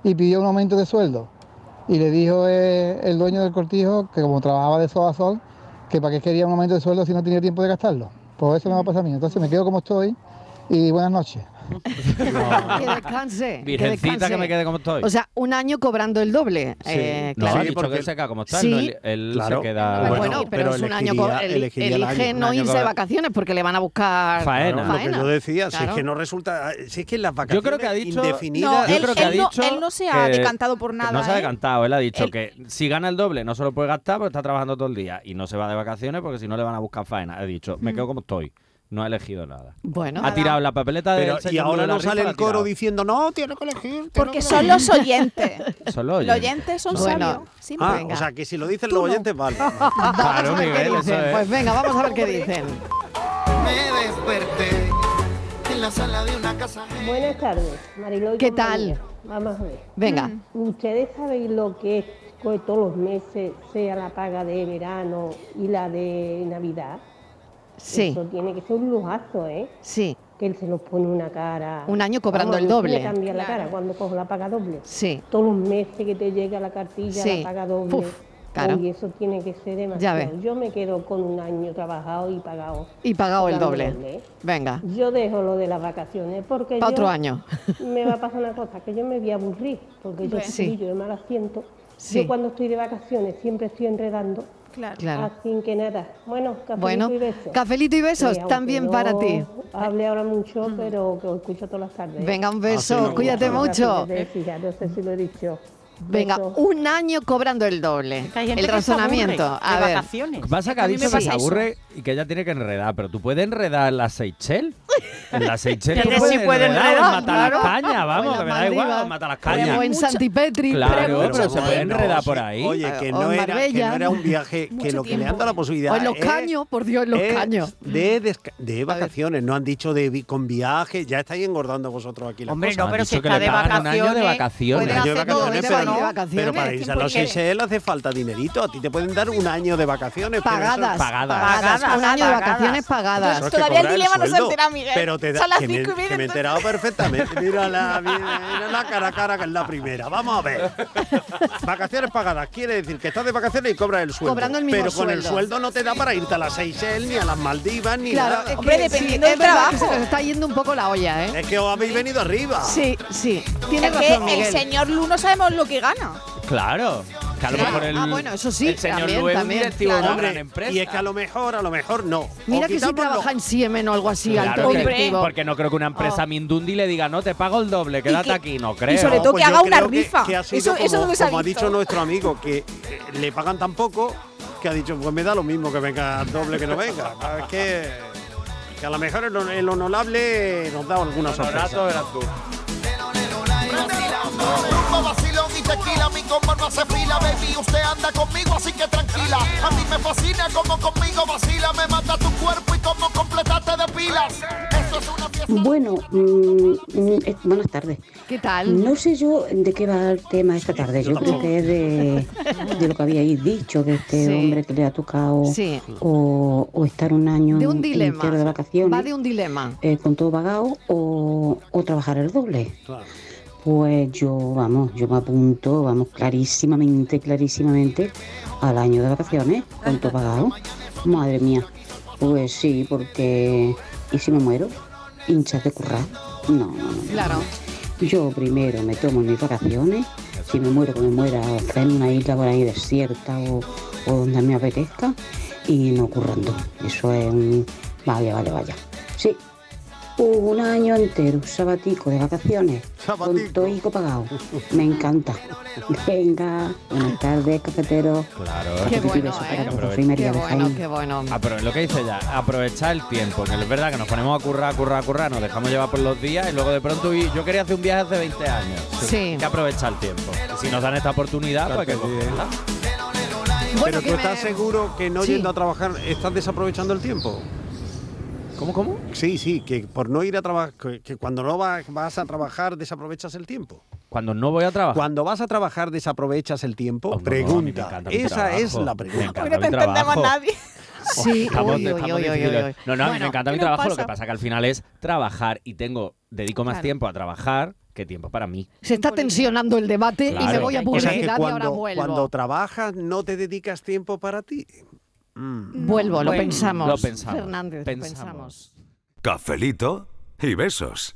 y pidió un aumento de sueldo. Y le dijo eh, el dueño del cortijo, que como trabajaba de sol a sol, que para qué quería un aumento de sueldo si no tenía tiempo de gastarlo. Pues eso me va a pasar a mí. Entonces me quedo como estoy y buenas noches. Que descanse. Virgencita, que, descanse. que me quede como estoy. O sea, un año cobrando el doble. Sí. eh, No, claro. ha dicho que se queda como está, Sí. ¿no? él, él Claro. se queda... Bueno, pero, es un año. co- el- elige no irse de vacaciones porque le van a buscar Faena. Lo que faena. yo decía, si es Claro. que no resulta, si es que las vacaciones creo que ha dicho- indefinidas, No, Yo él, creo que él ha no, dicho él no se ha que- decantado por que nada. No se ha ¿eh? decantado, él ha dicho Él- que si gana el doble no se lo puede gastar porque está trabajando todo el día y no se va de vacaciones porque si no le van a buscar faena. He dicho, me Mm. quedo como estoy. No ha elegido nada. Bueno. Ha tirado la papeleta de Pero- y ahora no sale el coro diciendo no, tiene que elegir. Porque son los oyentes. Solo los oyentes son sabios. Siempre. Ah, o sea, que si lo dicen los oyentes, vale. Vamos a ver qué dicen. Pues venga, vamos a ver qué dicen. Me desperté en la sala de una casa. Buenas tardes, Mariló. y ¿Qué compañía. tal? Vamos a ver. Mm. Venga. ¿Ustedes saben lo que es que todos los meses sea la paga de verano y la de Navidad? Sí. Eso tiene que ser un lujazo, ¿eh? Sí. Que se nos pone una cara. Un año cobrando Vamos, el doble. Me cambia la cara cuando cojo la paga doble. Sí. Todos los meses que te llega la cartilla, Sí. la paga doble. Puf, claro. Uy, eso tiene que ser Ya demasiado. ves. Yo me quedo con un año trabajado y pagado. Y pagado el cobrando doble. ¿eh? Venga. Yo dejo lo de las vacaciones porque Pa' yo- otro año. Me va a pasar una cosa, que yo me voy a aburrir, porque yo Bueno. Sí. soy yo de mal asiento. Sí. Yo cuando estoy de vacaciones siempre estoy enredando. Claro. Claro. Así que nada. Bueno, cafelito Bueno, y besos. cafelito y besos, aunque también no para ti. Hable ahora mucho, pero que os escucho todas las tardes. ¿eh? Venga, Ah, un beso, Así me cuídate gusta. mucho. Gracias, ya No sé si lo he dicho. Venga, Besos. un año cobrando el doble. hay gente que El se aburre razonamiento. A de ver. vacaciones. Pasa que ha dicho que se aburre y que ella tiene que enredar, pero tú puedes enredar en la Seychelles. En la Seychelles tú Pero puedes sí puede enredar, enredar, mata las claro. cañas, vamos, O en que me da las igual, Maldivas. mata las Como cañas. en Santipetri. Claro, pero, se bueno, puede enredar sí. por ahí. Oye, O que en no, era, que Marbella. no era un viaje que Mucho lo que le tiempo. han dado la posibilidad. O en los es caños, por Dios, en los es caños. De, desca- de vacaciones, no han dicho de vi- con viaje, ya estáis engordando vosotros aquí la Hombre, cosa. no, pero Han si dicho que está le de pagan un año de vacaciones, Un vacaciones. puede año de hacer todo, vacaciones, pero, vete para ahí de vacaciones, pero para irse a tiempo los libre. Seychelles hace falta dinerito. A ti te pueden dar un año de vacaciones. pero eso- Pagadas, pagadas, un año de vacaciones pagadas. Eso es que Todavía el cobrar dilema no se sueldo. entera, Miguel. Pero te da, Son las que, me, cinco y media, que me he enterado perfectamente. Mira la, mira la cara a cara que es la primera. Vamos a ver. Vacaciones pagadas quiere decir que estás de vacaciones y cobras el sueldo. Cobrando el mismo pero con el sueldo. sueldo no te da para irte a las Seychelles, ni a las Maldivas, ni Claro, nada. es que sí, es verdad que Se nos está yendo un poco la olla, ¿eh? Es que oh, os habéis venido arriba. Sí, sí. es Tienes que razón, el Miguel. señor Lu no sabemos lo que gana. Claro. Que a lo Sí. mejor el, Ah, bueno, eso sí, el señor también, Lu es un también, directivo de claro. una gran Hombre, empresa. y es que a lo mejor, a lo mejor no. Mira que O si quitamos los- trabaja en Siemen o algo así, alto Claro que- directivo. porque no creo que una empresa Mindundi le diga, no, te pago el doble, quédate que- aquí, no pues y creo. sobre todo que Pues yo haga una creo que- rifa. que ha sido Eso- como, eso es lo que se ha como ha visto. dicho nuestro amigo, que eh, le pagan tan poco que ha dicho, pues me da lo mismo que venga doble que no venga. Es que, que a lo mejor el, el honorable nos da alguna sorpresa. Rumba, vacilón y tequila, mi combo no hace fila, baby, usted anda conmigo, así que tranquila. A mí me fascina como conmigo vacila, me mata tu cuerpo y como completaste de pilas. Eso es una fiesta. Bueno, mm, mm, eh, buenas tardes. ¿Qué tal? No sé yo de qué va el tema esta tarde. Yo creo tampoco. que es de, de lo que habíais dicho, que este Sí. hombre que le ha tocado Sí. o, o estar un año De un dilema. entero de vacaciones Va de un dilema. eh, con todo pagado o, o trabajar el doble. Pues yo, vamos, yo me apunto, vamos, clarísimamente, clarísimamente al año de vacaciones, con todo pagado. Madre mía, pues sí, porque... ¿Y si me muero? ¿Hinchas de currar? No, no, no. Claro. Yo primero me tomo mis vacaciones, si me muero, que me muera en una isla por ahí desierta o, o donde me apetezca, y no currando. Eso es un... Vale, vale, vaya. Sí, un año entero, sabatico de vacaciones, con todo hijo pagado. Me encanta. Venga, buenas tardes, cafetero. Claro. Ah, Qué Apetito y bueno, besos ¿eh? para vosotros. Soy María Qué de bueno, Jaén. qué bueno. lo que dice ella, aprovechar el tiempo, que es verdad que nos ponemos a currar, a currar, a currar, nos dejamos llevar por los días y luego de pronto y yo quería hacer un viaje hace 20 años. Sí. Hay que aprovechar el tiempo. Y si nos dan esta oportunidad, pues hay que cogerla. Pero que tú estás seguro que no yendo a trabajar estás desaprovechando el tiempo. ¿Cómo, cómo? Sí, sí, que por no ir a trabajar, que, que cuando no vas, vas a trabajar desaprovechas el tiempo. Cuando no voy a trabajar. Oh, Cuando vas a trabajar desaprovechas el tiempo. pregunta. encanta mi Esa es trabajo. la Me pregunta. encanta Mira, mi te entendemos trabajo. nadie. Sí, Estamos- uy, uy, estamos uy, uy, difíciles. uy, uy. No, no, a mí Bueno, me encanta mi ¿qué nos trabajo, lo pasa? que pasa que al final es trabajar y tengo, dedico más Claro. tiempo a trabajar qué tiempo para mí. Se está tensionando el debate y me Claro. voy a O sea publicidad que y ahora cuando- vuelvo. Cuando trabajas, no te dedicas tiempo para ti. Vuelvo, lo Bueno, pensamos. lo pensamos. Fernández, Pensamos. lo pensamos. Cafelito y besos.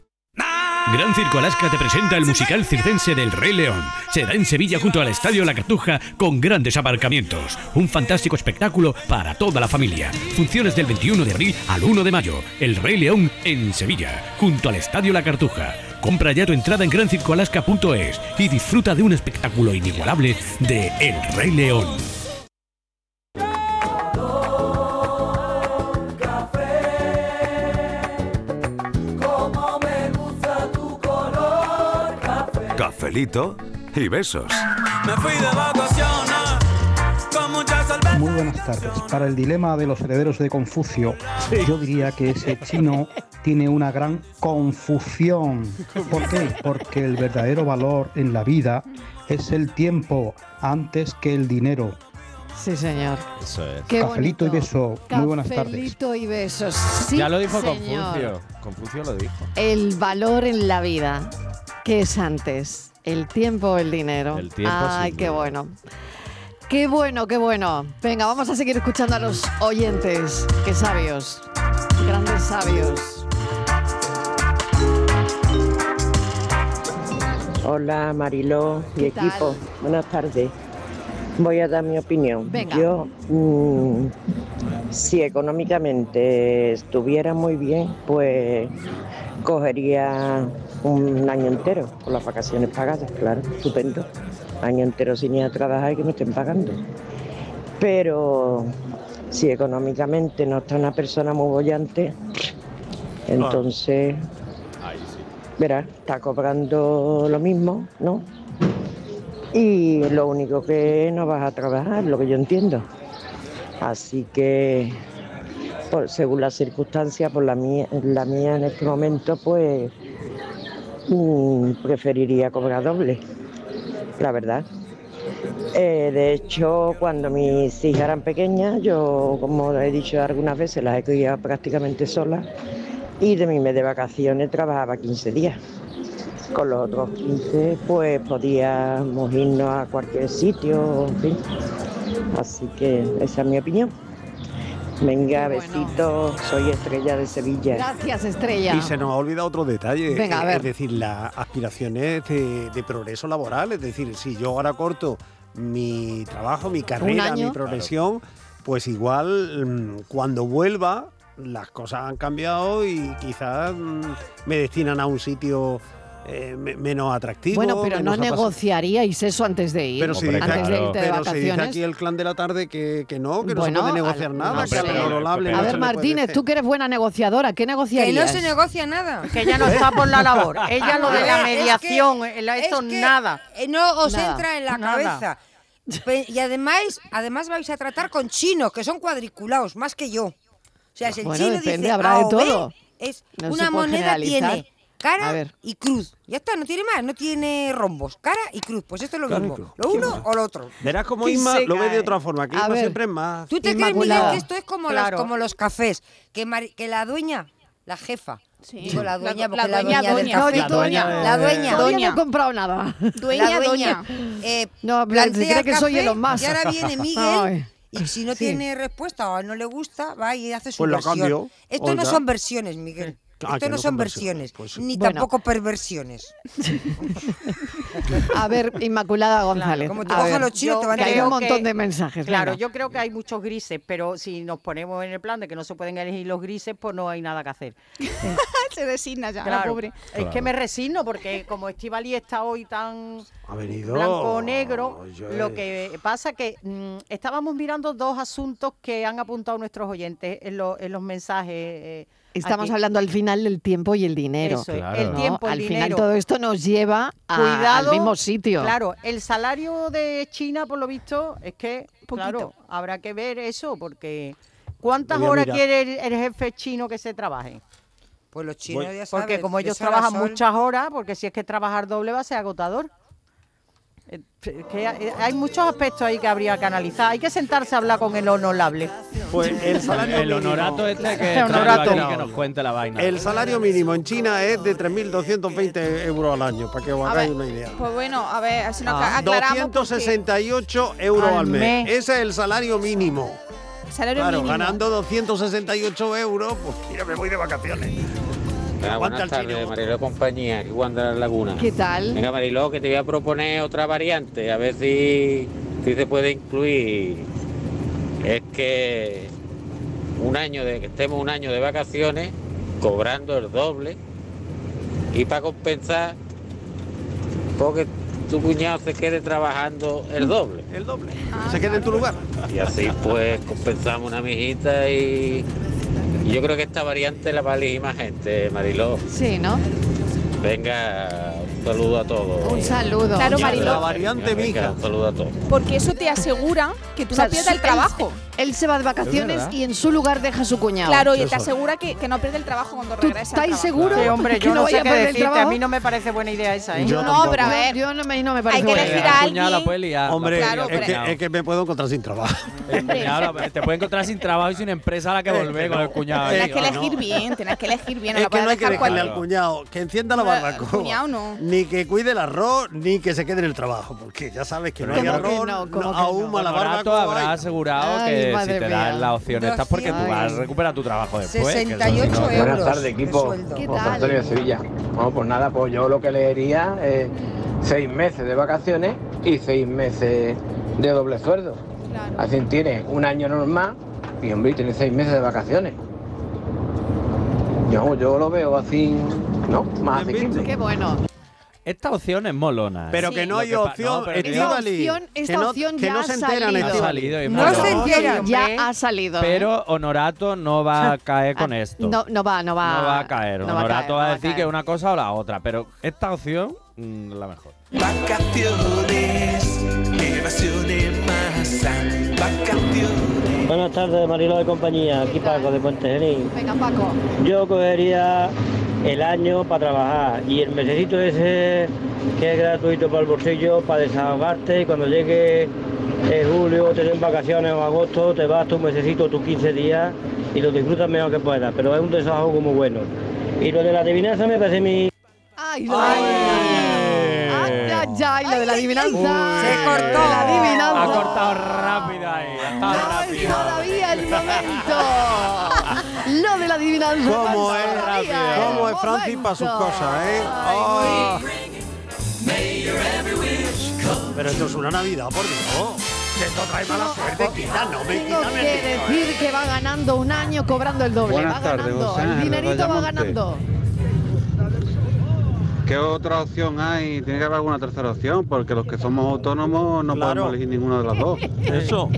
Gran Circo Alaska te presenta el musical circense del Rey León. Será en Sevilla junto al Estadio La Cartuja con grandes aparcamientos. Un fantástico espectáculo para toda la familia. Funciones del 21 de abril al 1 de mayo. El Rey León en Sevilla junto al Estadio La Cartuja. Compra ya tu entrada en grancircoalaska.es y disfruta de un espectáculo inigualable de El Rey León. Como me gusta tu color café. Cafelito y besos. Me fui de vacaciones con muchas cervezas. Muy buenas tardes. Para el dilema de los herederos de Confucio, yo diría que ese chino tiene una gran confusión. ¿Por qué? Porque el verdadero valor en la vida es el tiempo antes que el dinero. Sí, señor. Eso es. Qué Cafelito y beso. Muy buenas tardes. Cafelito y besos. Sí, ya lo dijo señor. Confucio. Confucio lo dijo. El valor en la vida. ¿Qué es antes? ¿El tiempo o el dinero? El tiempo, Ay, sin qué duda. bueno. Qué bueno, qué bueno. Venga, vamos a seguir escuchando a los oyentes. Qué sabios. Grandes sabios. Hola Mariló y ¿Qué tal? equipo, buenas tardes. Voy a dar mi opinión. Venga. Yo, mm, si económicamente estuviera muy bien, pues cogería un año entero, con las vacaciones pagadas, claro, estupendo. Año entero sin ir a trabajar y que me estén pagando. Pero si económicamente no está una persona muy bollante, entonces Verá, está cobrando lo mismo, ¿no? Y lo único que no vas a trabajar, lo que yo entiendo. Así que, por- según las circunstancias, por la mía, la mía en este momento, pues mm, preferiría cobrar doble, la verdad. Eh, de hecho, cuando mis hijas eran pequeñas, yo, como he dicho algunas veces, las he criado prácticamente solas y de mi mes de vacaciones trabajaba 15 días. Con los otros 15, pues podíamos irnos a cualquier sitio, en fin. Así que esa es mi opinión. Venga, besitos, soy estrella de Sevilla. Gracias, Estrella. Y se nos ha olvidado otro detalle. Venga, a eh, ver. Es decir, las aspiraciones de, de progreso laboral. Es decir, si yo ahora corto mi trabajo, mi carrera, mi año. profesión, pues igual mm, cuando vuelva las cosas han cambiado y quizás mm, me destinan a un sitio eh, me- menos atractivo. Bueno, pero no menos apasa- negociaríais eso antes de ir. Pero si, dice, antes de claro. irte de pero si dice vacaciones. aquí el clan de la tarde que, que no, que Bueno, no se puede negociar al- nada, no que sé. a lo honorable A no se ver, le Martínez, tú que eres buena negociadora, ¿qué Que no negociarías? se negocia nada. ¿Eh? Que ella no está por la labor. Ella lo de la Es que- mediación, eh, la- es eso que, nada. eh, No os Nada, entra en la nada. cabeza. Pe- Y además, además vais a tratar con chinos, que son cuadriculados, más que yo. O sea, si el Bueno, chino depende, dice habrá A de o B, todo. es No se puede una moneda generalizar. tiene cara A ver. y cruz. Ya está, no tiene más, no tiene rombos. Cara y cruz. Pues esto es lo Cara y cruz. mismo. Lo uno o lo otro. Verás como Que Isma se lo ve de cae. otra forma, que A Isma ver. siempre es más. ¿Tú te crees, Miguel, Inmaculada. que esto es como, Claro. los, como los cafés? Que, mari- que la dueña, la jefa. Digo la La- dueña, la porque la, dueña, dueña, del doña. café- La dueña de- La dueña. Todavía no he comprado nada. La dueña. eh, No, pero plantea se cree el Mm. que soy café Elon Musk. Y ahora viene Ay. Miguel. Y si no Sí. tiene respuesta o no le gusta, va y hace su Pues la versión. cambio, Esto no oiga. son versiones, Miguel. Ah, Esto que no son versiones, pues sí. ni Bueno. tampoco perversiones. A ver, Inmaculada González. como te a cojan ver, los chinos, te van a que hay creo un que- montón de mensajes. Claro, venga. yo creo que hay muchos grises, pero si nos ponemos en el plan de que no se pueden elegir los grises, pues no hay nada que hacer. Se resigna ya, la Claro. pobre. Es Claro. que me resigno porque como Estivali está hoy tan Ha venido. blanco o negro, yo- lo que pasa que mm, estábamos mirando dos asuntos que han apuntado nuestros oyentes en, lo- en los mensajes. eh, Estamos aquí. hablando al final del tiempo y el dinero. Eso es, Claro. el tiempo, el al final dinero. todo esto nos lleva a- al mismo sitio. Claro, el salario de China, por lo visto, es que, claro, habrá que ver eso, porque ¿cuántas Voy a horas mirar. quiere el, el jefe chino que se trabaje? Pues los chinos ya saben. porque como de ellos sol a trabajan sol. muchas horas, porque si es que trabajar doble va a ser agotador. Eh, es que hay hay muchos aspectos ahí que habría que analizar. Hay que sentarse a hablar con el honorable. Pues el salario El mínimo- honorato este que, El honorato. traigo aquí que nos cuente la vaina. El salario mínimo en China es de 3.220 euros al año, para que os hagáis una idea. Pues bueno, a ver, así nos Ah, aclaramos. 268 euros Al al mes. mes. Ese es el salario mínimo. Salario claro, mínimo. ganando 268 euros, pues mira, me voy de vacaciones. Hola, buenas tardes, Mariló compañía, aquí Juan de la Laguna. ¿Qué tal? Venga, Mariló, que te voy a proponer otra variante, a ver si, si se puede incluir. Es que un año de que estemos un año de vacaciones, cobrando el doble, y para compensar, porque tu cuñado se quede trabajando el doble. El doble. Ah. Se queda en tu lugar. Y así pues compensamos una mijita y, y yo creo que esta variante la va a elegir más gente, Mariló. Sí, ¿no? Venga, un saludo a todos. Un saludo. Claro, Mariló. Venga, variante venga, Un saludo a todos. Porque eso te asegura que tú O sea, no pierdas el él- trabajo. Él, se va de vacaciones verdad. y en su lugar deja a su cuñado. Claro, y te asegura que, que no pierdes el trabajo cuando regresas. ¿Estáis seguros? Sí, hombre, que yo no, vaya sé a qué perder el decirte, a trabajo? mí no me parece buena idea esa. ¿eh? Yo No, tampoco. pero a ver. Yo no me, no me parece Hay que buena decir idea. a El cuñado pues, la puede liar. Hombre, la puede liar, es, que, es que me puedo encontrar sin trabajo. el cuñado. El cuñado la- te puede encontrar sin trabajo y sin empresa a la que Eh, volver con el cuñado. ahí. Ah, Tienes que elegir bien, tienes que elegir bien. no Es la que puedes no hay que dejar cual- dejarle al cuñado que encienda la No, al barbacoa. cuñado no. Ni que cuide el arroz, ni que se quede en el trabajo, porque ya sabes que no hay ¿Cómo arroz, que no? ¿Cómo que no? ahuma la Honorato barbacoa. habrá asegurado Ay, que madre si te mía. dan la opción esta porque tú vas a recuperar tu trabajo después. que eso sí, no. Buenas tardes, equipo. José Antonio de Sevilla. Bueno, pues nada, pues yo lo que leería es seis meses de vacaciones y seis meses de doble sueldo. Así tiene un año normal y, hombre, tiene seis meses de vacaciones. Yo, yo lo veo así, ¿no? Más asequible. Qué bueno. Esta opción es molona. ¿eh? Pero que no hay opción, Esta opción, esta opción ya ha salido. Ha salido, No Estíbaliz. se enteran. Ya ha salido. ¿eh? Pero Honorato no va a caer con esto. Ah, no, no va, no va. No va a caer. no va a caer, Honorato no va va a a decir caer. que una cosa o la otra, pero esta opción, mm, la mejor. Vacaciones, que vacaciones más vacaciones. Buenas tardes, Marilo de compañía. Aquí Paco de Puente Genil. Venga, Paco. Yo cogería el año para trabajar y el mesecito ese que es gratuito para el bolsillo, para desahogarte y cuando llegue eh, julio, te den vacaciones o agosto, te vas tu mesecito, tus 15 días y lo disfrutas mejor que puedas, pero es un desahogo como bueno. Y lo de la adivinanza me parece mi... Ay, lo de la adivinanza. Ay, ya, ya, y lo de la adivinanza. Se cortó. La adivinanza. Ha cortado rápido ahí. Ha estado rápido. Todavía el momento. lo de la adivinanza. ¿Cómo pasa es, todavía el cómo es Francis para sus momento. cosas, eh? Oh. Pero esto es una Navidad, por Dios. que esto trae mala suerte. Quita, no me Tengo quita, me que decir que va ganando un año cobrando el doble. Buenas va tardes, ganando. José el Ángel dinerito va Vallamonte. ganando. ¿Qué otra opción hay? Tiene que haber alguna tercera opción, porque los que somos autónomos no podemos elegir ninguna de las dos. Eso.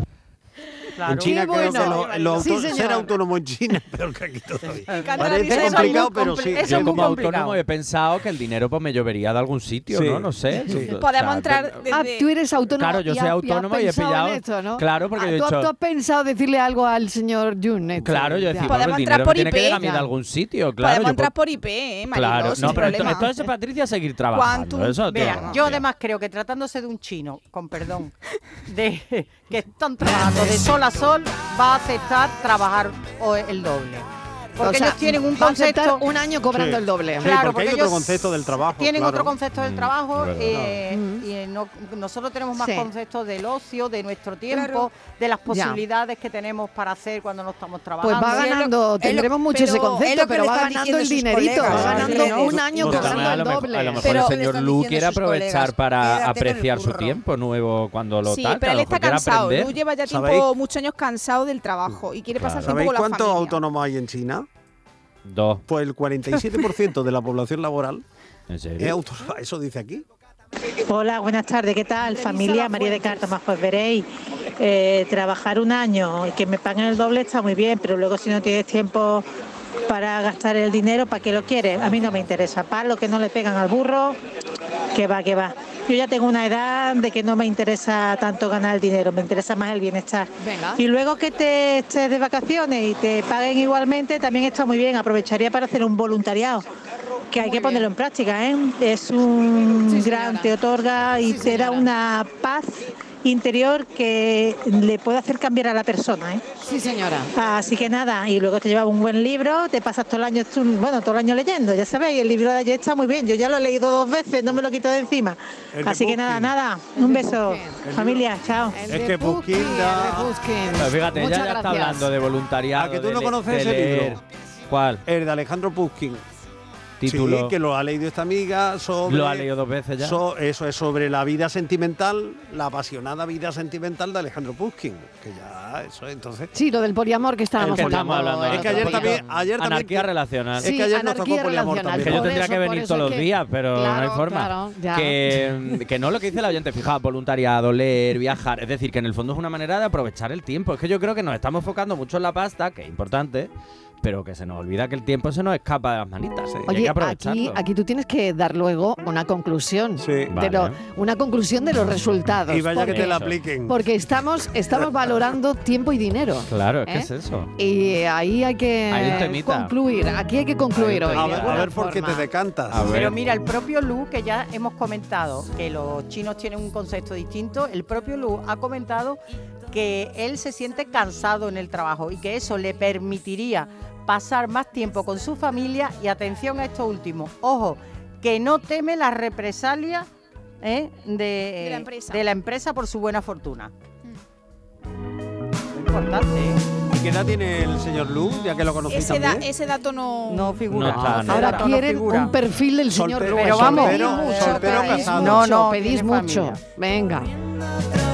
En China creo que lo, lo auto- ser autónomo en China es peor que aquí todavía. Parece complicado, pero sí. Yo como autónomo he pensado que el dinero pues me llovería de algún sitio, Sí. ¿no? No sé. Sí. O sea, Podemos te- entrar. Ah, tú eres autónomo. Claro, yo y soy has- autónomo y he has pensado pillado- en esto, ¿no? Claro, porque Ah, yo he tú, dicho- tú has pensado decirle algo al señor Jun. esto, pues, Claro, yo ya. decía, bueno, el dinero me tiene que llegar a mí de algún sitio, claro. Podemos yo entrar puedo- por IP, ¿eh, Mariló? Claro, sin no, pero esto, problema. esto es, Patricia, seguir Ah, trabajando. Quantum. eso Mira, tío. yo además creo que tratándose de un chino, con perdón, de que están trabajando de sol a sol, va a aceptar trabajar o- el doble. Porque O sea, ellos tienen un va a aceptar concepto un año cobrando Sí. el doble. Sí, Claro, porque, hay otro ellos concepto del trabajo. Tienen claro. otro concepto del trabajo Mm, es verdad. eh, Mm. y no- nosotros tenemos más Sí. conceptos del ocio, de nuestro tiempo, Claro. de las Ya. posibilidades que tenemos para hacer cuando no estamos Pues trabajando. va ganando, tendremos mucho ese concepto, pero va ganando el dinerito, va ganando un año Pues también cobrando a, el lo mejor, doble. a lo mejor el señor Lu quiere aprovechar para apreciar su tiempo nuevo cuando lo Sí, tal. que pero a él lo está mejor quiere cansado. aprender. Lu lleva ya tiempo, ¿Sabéis? muchos años cansado del trabajo y quiere pasar ¿Sabéis tiempo con la cuántos familia. autónomos hay en China? Dos. Pues el 47% de la población laboral ¿En es autónoma. Eso dice aquí. Hola, buenas tardes, ¿qué tal? Familia María de Cártama, pues veréis, eh, trabajar un año y que me paguen el doble está muy bien, pero luego si no tienes tiempo para gastar el dinero, ¿para qué lo quieres? A mí no me interesa, para lo que no le pegan al burro, que va, que va. Yo ya tengo una edad de que no me interesa tanto ganar el dinero, me interesa más el bienestar. Venga. Y luego que te estés de vacaciones y te paguen igualmente, también está muy bien, aprovecharía para hacer un voluntariado que hay que ponerlo en práctica, ¿eh? Es un gran, te otorga y te da una paz interior que le puede hacer cambiar a la persona, ¿eh? Sí, señora. Así que nada, y luego te llevas un buen libro, te pasas todo el año, tú- bueno, todo el año leyendo, ya sabéis, el libro de ayer está muy bien, yo ya lo he leído dos veces, no me lo quito de encima. El de Así que nada, Pushkin. nada, un beso, familia, chao. Es que Pushkin da... Pues fíjate, ella Muchas ya está gracias. hablando de voluntariado. ¿A que tú de no le- conoces de ese libro? leer. ¿Cuál? El de Alejandro Pushkin. Título. Sí, que lo ha leído esta amiga sobre... Lo ha leído dos veces ya. so- eso es sobre la vida sentimental, la apasionada vida sentimental de Alejandro Pushkin. Que ya, eso, entonces... Sí, lo del poliamor que estábamos que estamos hablando el otro ahora. Es que ayer día. también- ayer también- Anarquía relacional. Sí, Es que ayer nos anarquía tocó poliamor relacional, también. Que yo por tendría eso, que por venir eso todos es los que- días, pero no hay Claro, forma. claro, ya. que, que no lo que dice la oyente, fijaos, voluntariado, leer, viajar. Es decir, que en el fondo es una manera de aprovechar el tiempo. Es que yo creo que nos estamos enfocando mucho en la pasta, que es importante, pero que se nos olvida que el tiempo se nos escapa de las manitas. ¿eh? y hay que Oye, aquí, aprovecharlo. aquí tú tienes que dar luego una conclusión. de Vale. lo- una conclusión de los resultados. Y vaya que te la porque- apliquen. Porque estamos, estamos valorando tiempo y dinero. Claro, es que ¿eh? es eso. Y ahí hay Hay un que temita. concluir. Aquí hay que ¿eh? concluir hoy. A de ver, a alguna ver por qué te forma. decantas. Pero mira, el propio Lu, que ya hemos comentado que los chinos tienen un concepto distinto, el propio Lu ha comentado que él se siente cansado en el trabajo y que eso le permitiría pasar más tiempo con su familia y atención a esto último, ojo, que no teme las represalias ¿eh? de, De la empresa. de la empresa por su buena fortuna. Muy Importante. ¿eh? ¿Y qué edad tiene el señor Lu, ya que lo conocí Ese, también? da- ese dato no... No figura. No está, no Ahora está. quieren No figura. un perfil del señor. Soltero, pero vamos, soltero, soltero, pedís casado. mucho, No, no, pedís tiene mucho. familia. Venga.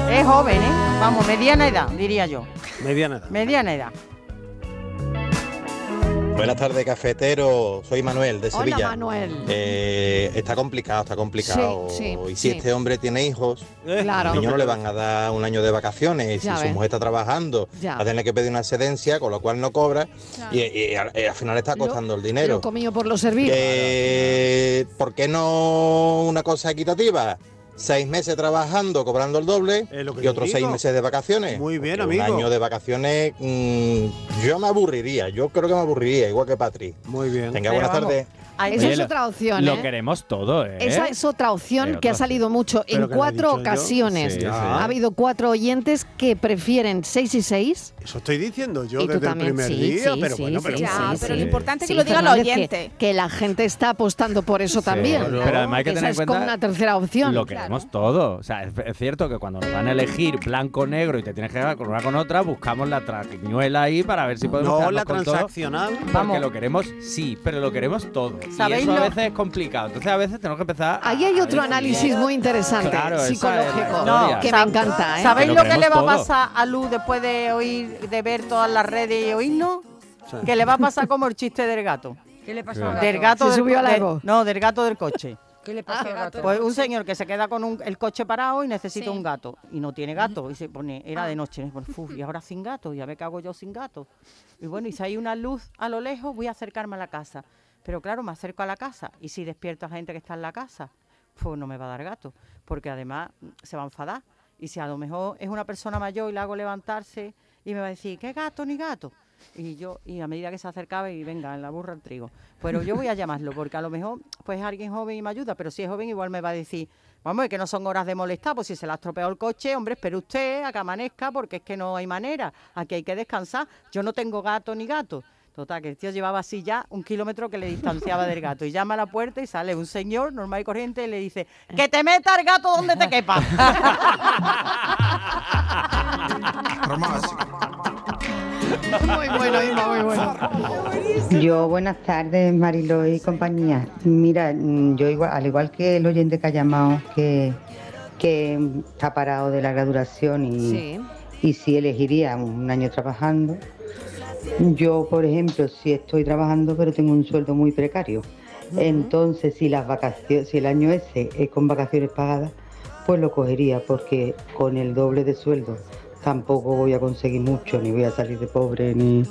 Es joven, ¿eh? Vamos, mediana edad, diría yo. Mediana edad. Mediana edad. Buenas tardes, cafetero. Soy Manuel de Hola, Sevilla. Manuel. Eh, está complicado, está complicado. Sí, sí, y si sí. este hombre tiene hijos, Eh. Claro. al niño no le van a dar un año de vacaciones. Y Ya si su ves. mujer está trabajando, Ya. va a tener que pedir una excedencia, con lo cual no cobra. Claro. Y, y al, eh, al final está Lo- costando el Lo dinero. comido por lo servido. Eh, ¿Por qué no una cosa equitativa? Seis meses trabajando, cobrando el doble, que y yo otros digo. seis meses de vacaciones. Muy bien, Porque amigo. Un año de vacaciones, mm, yo me aburriría, yo creo que me aburriría, igual que Patri. Muy bien. Venga, Pero buenas vamos, tardes. ahí- Esa es otra opción, Lo ¿eh? queremos todo, ¿eh? Esa es otra opción Pero que ha otra salido mucho. Pero En que lo he cuatro dicho yo. Ah. ocasiones Sí, sí. ha habido cuatro oyentes que prefieren seis y seis. Eso estoy diciendo yo Y tú desde el también, primer sí, día, sí, pero sí, bueno, sí, pero sí, bueno. sí, pero lo sí. importante es que Sí, lo diga la Fernández, que- oyente. Que, la gente está apostando por eso también. Pero, ¿no? además hay que Esa tener en es cuenta como una tercera opción. Lo queremos todo. O sea, es, es cierto que cuando nos van a elegir blanco negro y te tienes que quedar con una con otra, buscamos la traquiñuela ahí para ver si podemos No, quedarnos la con todo, transaccional. porque Vamos. lo queremos sí, pero lo queremos todo. y ¿Sabéis eso a lo- veces es complicado. Entonces a veces tenemos que empezar. a- Ahí hay otro a- análisis muy interesante, Claro, esa es la psicológico, historia. que me encanta. ¿eh? ¿Sabéis Que lo, lo que le va queremos a todo. pasar a Luz después de oír, de ver todas las redes y oírnos? Sí. Que le va a pasar como el chiste del gato. ¿Qué le pasó al gato? Del gato Se del subió co- a la de- Evo. No, del gato del coche. ¿Qué le pasa al gato? Pues un señor que se queda con un- el coche parado y necesita un gato. Y no tiene gato. Y se pone, era de noche. Y, pone, "Fu, y ahora sin gato, ya me cago yo sin gato. Y bueno, y si hay una luz a lo lejos, voy a acercarme a la casa. Pero claro, me acerco a la casa. Y si despierto a gente que está en la casa, pues no me va a dar gato. Porque además mm, se va a enfadar. Y si a lo mejor es una persona mayor y la hago levantarse y me va a decir, ¿qué gato ni gato? Y yo, y a medida que se acercaba, y venga, en la burra el trigo. Pero yo voy a llamarlo, porque a lo mejor, pues alguien joven y me ayuda, pero si es joven, igual me va a decir, vamos, es que no son horas de molestar, pues si se le ha estropeado el coche, hombre, espere usted a que amanezca, porque es que no hay manera, aquí hay que descansar. Yo no tengo gato ni gato. Total, que el tío llevaba así ya un kilómetro que le distanciaba del gato. Y llama a la puerta y sale un señor normal y corriente y le dice, que te meta el gato donde te quepa. Muy bueno, Inma, muy bueno. Yo, buenas tardes, Marilo y compañía. Mira, mm, yo igual, al igual que el oyente que ha llamado, que, que mm, está parado de larga duración y, Sí. y si elegiría un año trabajando, yo, por ejemplo, si estoy trabajando pero tengo un sueldo muy precario, entonces si las vacaciones, si el año ese es con vacaciones pagadas, pues lo cogería porque con el doble de sueldo tampoco voy a conseguir mucho, ni voy a salir de pobre, ni,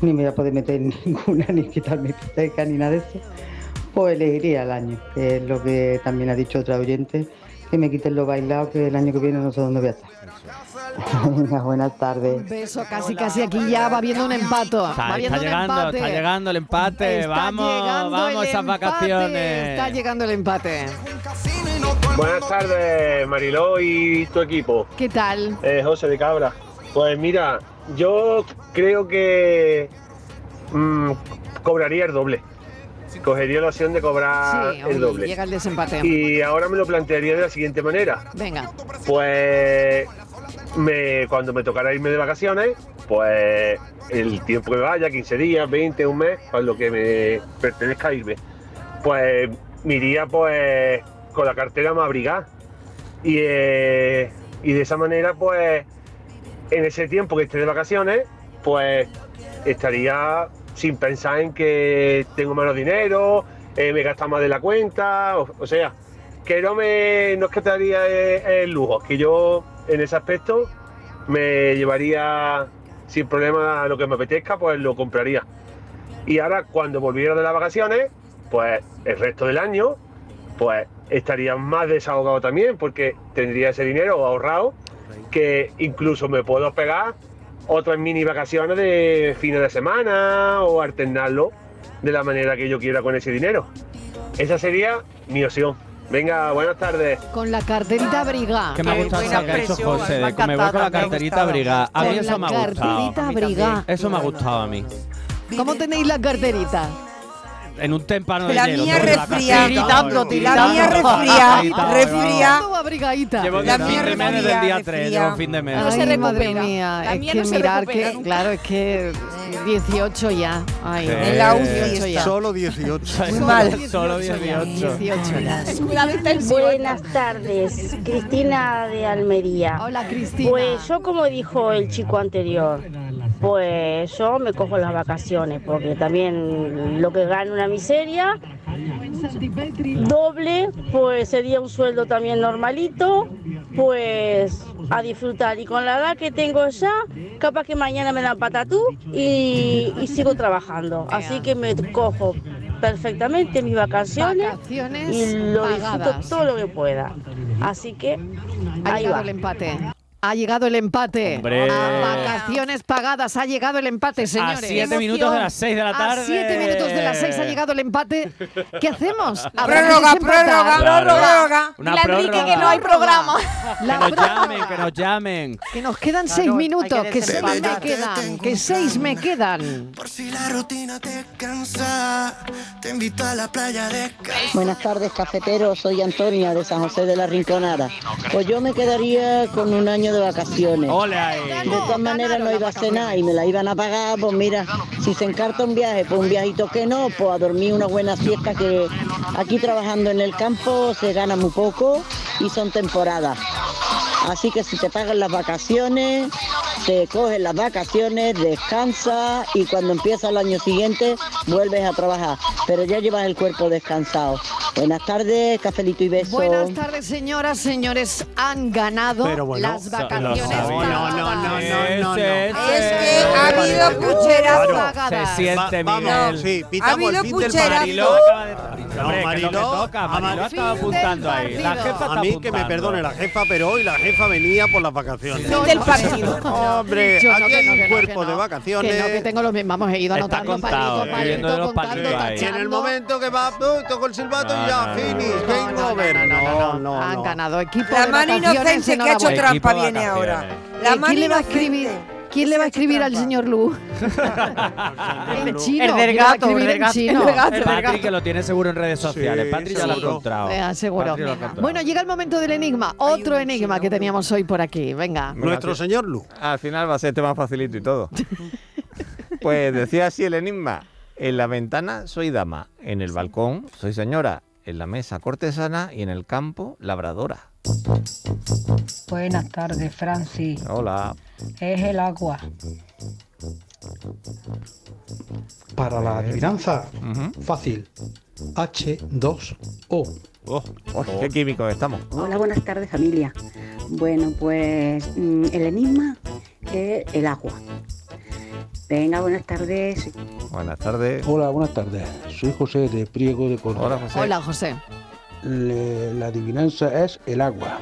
ni me voy a poder meter en ninguna, ni quitarme hipoteca, ni nada de eso. Pues elegiría el año, que es lo que también ha dicho otra oyente, que me quiten los bailados, que el año que viene no sé dónde voy a estar. Venga, buenas tardes. Beso, casi, casi aquí ya va viendo un empate. Está- va viendo está un llegando, empate. Está llegando el empate. Está vamos, llegando vamos el esas empate, vacaciones. Está llegando el empate. Buenas tardes, Mariló y tu equipo. ¿Qué tal? Eh, José de Cabra. Pues mira, yo creo que mm, cobraría el doble. Cogería la opción de cobrar Sí, Ah, el hoy doble. llega el desempate. Y ahora me lo plantearía de la siguiente manera. Venga. Pues me, cuando me tocara irme de vacaciones, pues el tiempo que vaya, 15 días, 20, un mes, para lo que me pertenezca irme, pues me iría pues con la cartera más abrigada. Y, eh, y de esa manera pues en ese tiempo que esté de vacaciones, pues estaría sin pensar en que tengo menos dinero, eh, me gasta más de la cuenta, o, o sea, que no me no es que te daría el, lujo, que yo en ese aspecto me llevaría sin problema lo que me apetezca, pues lo compraría. Y ahora cuando volviera de las vacaciones, pues el resto del año, pues estaría más desahogado también, porque tendría ese dinero ahorrado, que incluso me puedo pegar otras mini vacaciones de fines de semana o alternarlo de la manera que yo quiera con ese dinero. Esa sería mi opción. Venga, buenas tardes. Con la carterita abrigada. Que me ha Qué gustado buena Eso que ha dicho José, de que me voy con la carterita abrigada. A mí Con eso la me ha carterita abrigada. gustado. Eso me ha gustado a mí. ¿Cómo tenéis la carterita? En un témpano de La hielo. mía tú, resfría. carterita, Tiritando, tiritando. vamos, tiritando, La mía tiritando, resfría, vamos. resfría. Ah, Todo abrigadita. Llevo La fin mía de mes desde el día 3, llevo fin de mes. Ay, madre mía, La es mía que no se mirar recupera que, nunca. claro, es que 18 ya. Ay, Sí. no, En la 18 ya. Solo 18. Muy mal. Solo 18. 18 ya. Buenas tardes, Cristina de Almería. Hola, Cristina. Pues yo, como dijo el chico anterior, pues yo me cojo las vacaciones, porque también lo que gano una miseria, doble, pues sería un sueldo también normalito, pues a disfrutar. Y con la edad que tengo ya, capaz que mañana me dan patatú y, y sigo trabajando. Así que me cojo perfectamente mis vacaciones, y lo pagadas. disfruto todo lo que pueda. Así que Ha ahí llegado va. el empate. Ha llegado el empate. Hombre. A vacaciones pagadas ha llegado el empate, señores. siete Emoción. minutos de las seis de la tarde. A siete minutos de las seis ha llegado el empate. ¿Qué hacemos? Habrá que Prórroga, desempatar. prórroga, Claro. prórroga. Una Dile a Enrique prórroga. programa. La Que nos prórroga. llamen, que nos llamen. Que nos quedan seis minutos, que que seis me desempatar. quedan, que seis me quedan. Si la rutina te cansa, te invito a la playa de Buenas tardes, cafeteros. Soy Antonia de San José de la Rinconada. Pues yo me quedaría con un año de vacaciones. Hola, eh. De todas maneras no iba a cenar y me la iban a pagar, pues mira, si se encarta un viaje, pues un viajito que no, pues a dormir una buena siesta que aquí trabajando en el campo se gana muy poco y son temporadas. Así que si te pagan las vacaciones, te cogen las vacaciones, descansa y cuando empieza el año siguiente vuelves a trabajar. Pero ya llevas el cuerpo descansado. Buenas tardes, cafelito y besos. Buenas tardes, señoras, señores. Han ganado Pero bueno, las sa- lo vacaciones. sabía. pagadas. No, no, no, Ese, no, no. ese. que ha habido cucherazo. Se siente, Va- Miguel. vamos, sí, pitamos el fin del Mariló partido. acaba de- Hombre, que Mariló, lo que toca, ama- Mariló estaba Fin del apuntando ahí. La partido. jefa está A mí que me apuntando. perdone la jefa, pero hoy la jefa venía por las vacaciones. No, no, no, no, no. Hombre, Yo no, aquí que hay no, un que no, cuerpo que no. de vacaciones. Que no, que tengo los mismos. Vamos, he ido anotando palito, palito, contando, Y en el tachando. momento que va, ¡pum! toco el silbato y ya, finish, game over. No, no, no. Han ganado equipo La de mano vacaciones, inocente que ha hecho enhorabuena. trampa viene ahora. La Eh, mano ¿Quién le va a inocente. escribir? ¿Quién le va a escribir al señor Lu? el chino. El ¿quién del le va a gato, escribir el del en gato, chino? el del gato, Ah, Patrick, que lo tiene seguro en redes sociales. Patrick ya lo ha seguro. encontrado. Eh, seguro. Patrick lo ha encontrado. Bueno, llega el momento del enigma. Otro enigma que teníamos hoy por aquí. Venga. Nuestro señor Lu. Al final va a ser tema facilito y todo. pues decía así el enigma. En la ventana soy dama, en el balcón soy señora, en la mesa cortesana y en el campo labradora. Buenas tardes, Francis. Hola. Es el agua. Para la adivinanza, fácil. H2O. Oh. qué químicos estamos. Hola, buenas tardes familia. Bueno, pues mm, el enigma es el agua. Venga, buenas tardes. Buenas tardes. Hola, buenas tardes. Soy José de Priego de Córdoba. Hola, José. Hola, José. la adivinanza es el agua.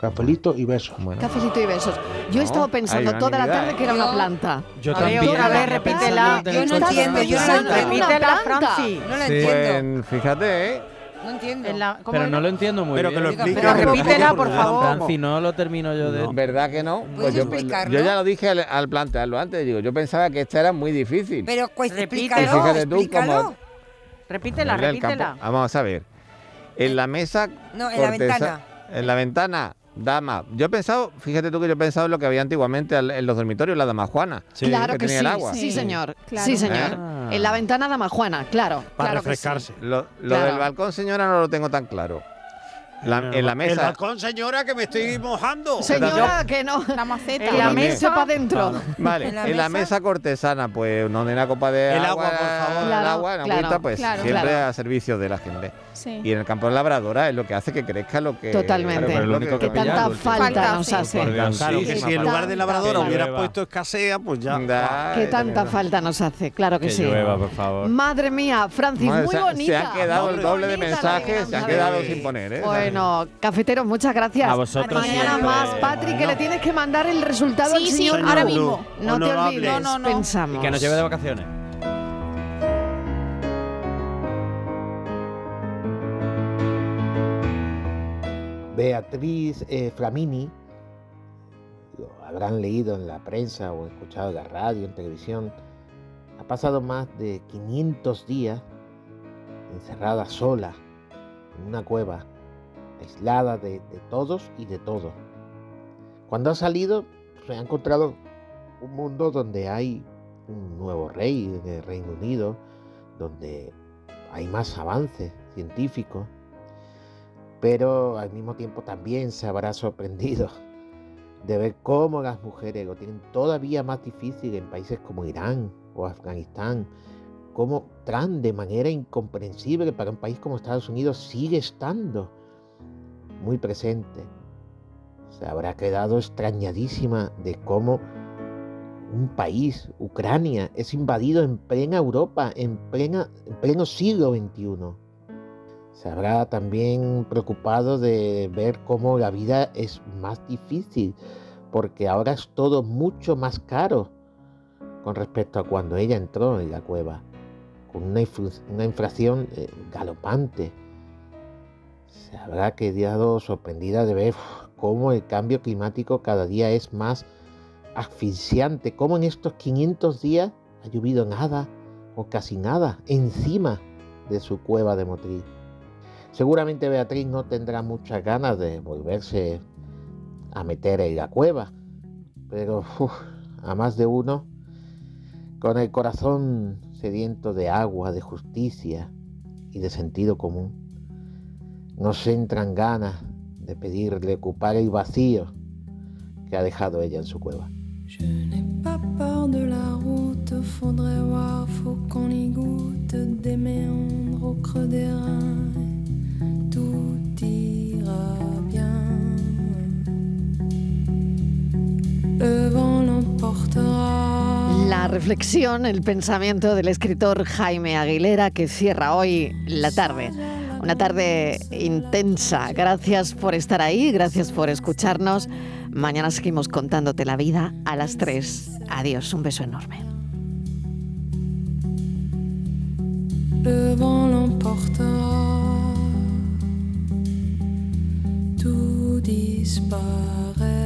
Capelito y besos. Cafecito y besos. Yo he No, estado pensando hay toda la unanimidad, tarde que ¿eh? era una Yo- planta. yo también. toda A ver, tarde repítela. pensando Yo en no esta entiendo, planta. yo no la Pensando en una entiendo. Repítela, planta. Franci. No la Pues fíjate, ¿eh? No entiendo. Pero no lo entiendo muy Pero bien. que lo explique. Pero repítela, por favor. Franci, no lo termino yo de... ¿Verdad que no? Pues yo, yo ya lo dije al, al plantearlo antes. Digo, yo pensaba que esta era muy difícil. Pero pues Y explícalo, fíjate tú explícalo. cómo- Repítela, Manuel Campo. Ah, repítela. Vamos a ver. En la mesa. No, en la cortesa- ventana. En la ventana, dama. Yo he pensado, fíjate tú que yo he pensado en lo que había antiguamente al- en los dormitorios, la dama Juana. Claro que, tenía sí, el agua. sí, señor. Claro. Sí, señor. Ah. En la ventana dama Juana, claro. claro que sí. Lo, lo Claro. del balcón, señora, no lo tengo tan claro. La- en la El mesa. balcón, señora, que me estoy mojando. Señora, que no. La maceta. En la También. mesa para adentro. Vale, en la, mesa cortesana, pues no de una copa de El agua, agua, por favor. el Claro, agua, una claro, agüita, pues claro. siempre Claro. a servicio de la gente. Sí. Y en el campo de labradora es lo que hace que crezca lo que... Totalmente. Claro, Pero lo lo único que pillado, tanta el falta último. nos hace. Por Dios, Claro, sí. que Sí, si en lugar de tanta labradora falta. hubieras puesto escasea, pues ya. Que tanta falta nos hace, claro que, sí. por favor. Madre mía, Francis, Madre, muy se ha- se bonita. han quedado Muy el doble de bonita la mensajes, se han adivinanza. quedado sin poner, ¿eh? Bueno, cafeteros, muchas Pues, gracias. A vosotros Mañana siempre. más, Patrick, que le tienes que mandar el resultado Sí, al sí, señor. ahora mismo. No te Honorables. olvides, No, no, no. pensamos. Y que nos lleve de vacaciones. Beatriz eh, Flamini, lo habrán leído en la prensa o escuchado en la radio, en televisión, ha pasado más de 500 días encerrada sola en una cueva, aislada de, de todos y de todo. Cuando ha salido, se ha encontrado un mundo donde hay un nuevo rey en el Reino Unido, donde hay más avances científicos, pero al mismo tiempo también se habrá sorprendido de ver cómo las mujeres lo tienen todavía más difícil en países como Irán o Afganistán, cómo Trump de manera incomprensible para un país como Estados Unidos sigue estando muy presente. Se habrá quedado extrañadísima de cómo un país, Ucrania, es invadido en plena Europa, en, plena, en pleno siglo XXI se habrá también preocupado de ver cómo la vida es más difícil, porque ahora es todo mucho más caro con respecto a cuando ella entró en la cueva, con una, influ- una inflación eh, galopante. Se habrá quedado sorprendida de ver uf, cómo el cambio climático cada día es más asfixiante, cómo en estos 500 días ha llovido nada o casi nada encima de su cueva de Motril. Seguramente Beatriz no tendrá muchas ganas de volverse a meter en la cueva. Pero uf, a más de uno, con el corazón sediento de agua, de justicia y de sentido común, nos entran ganas de pedirle ocupar el vacío que ha dejado ella en su cueva. Pas peur de la route, faudrait voir, faut qu'on y goûte des méandres au creux des reins. Tout ira bien. Le vent l'emportera. La reflexión, el pensamiento del escritor Jaime Aguilera que cierra hoy la tarde. Una tarde intensa. Gracias por estar ahí, gracias por escucharnos. Mañana seguimos contándote la vida a las 3. Adiós, un beso enorme. Le vent l'emportera. Tout disparaît.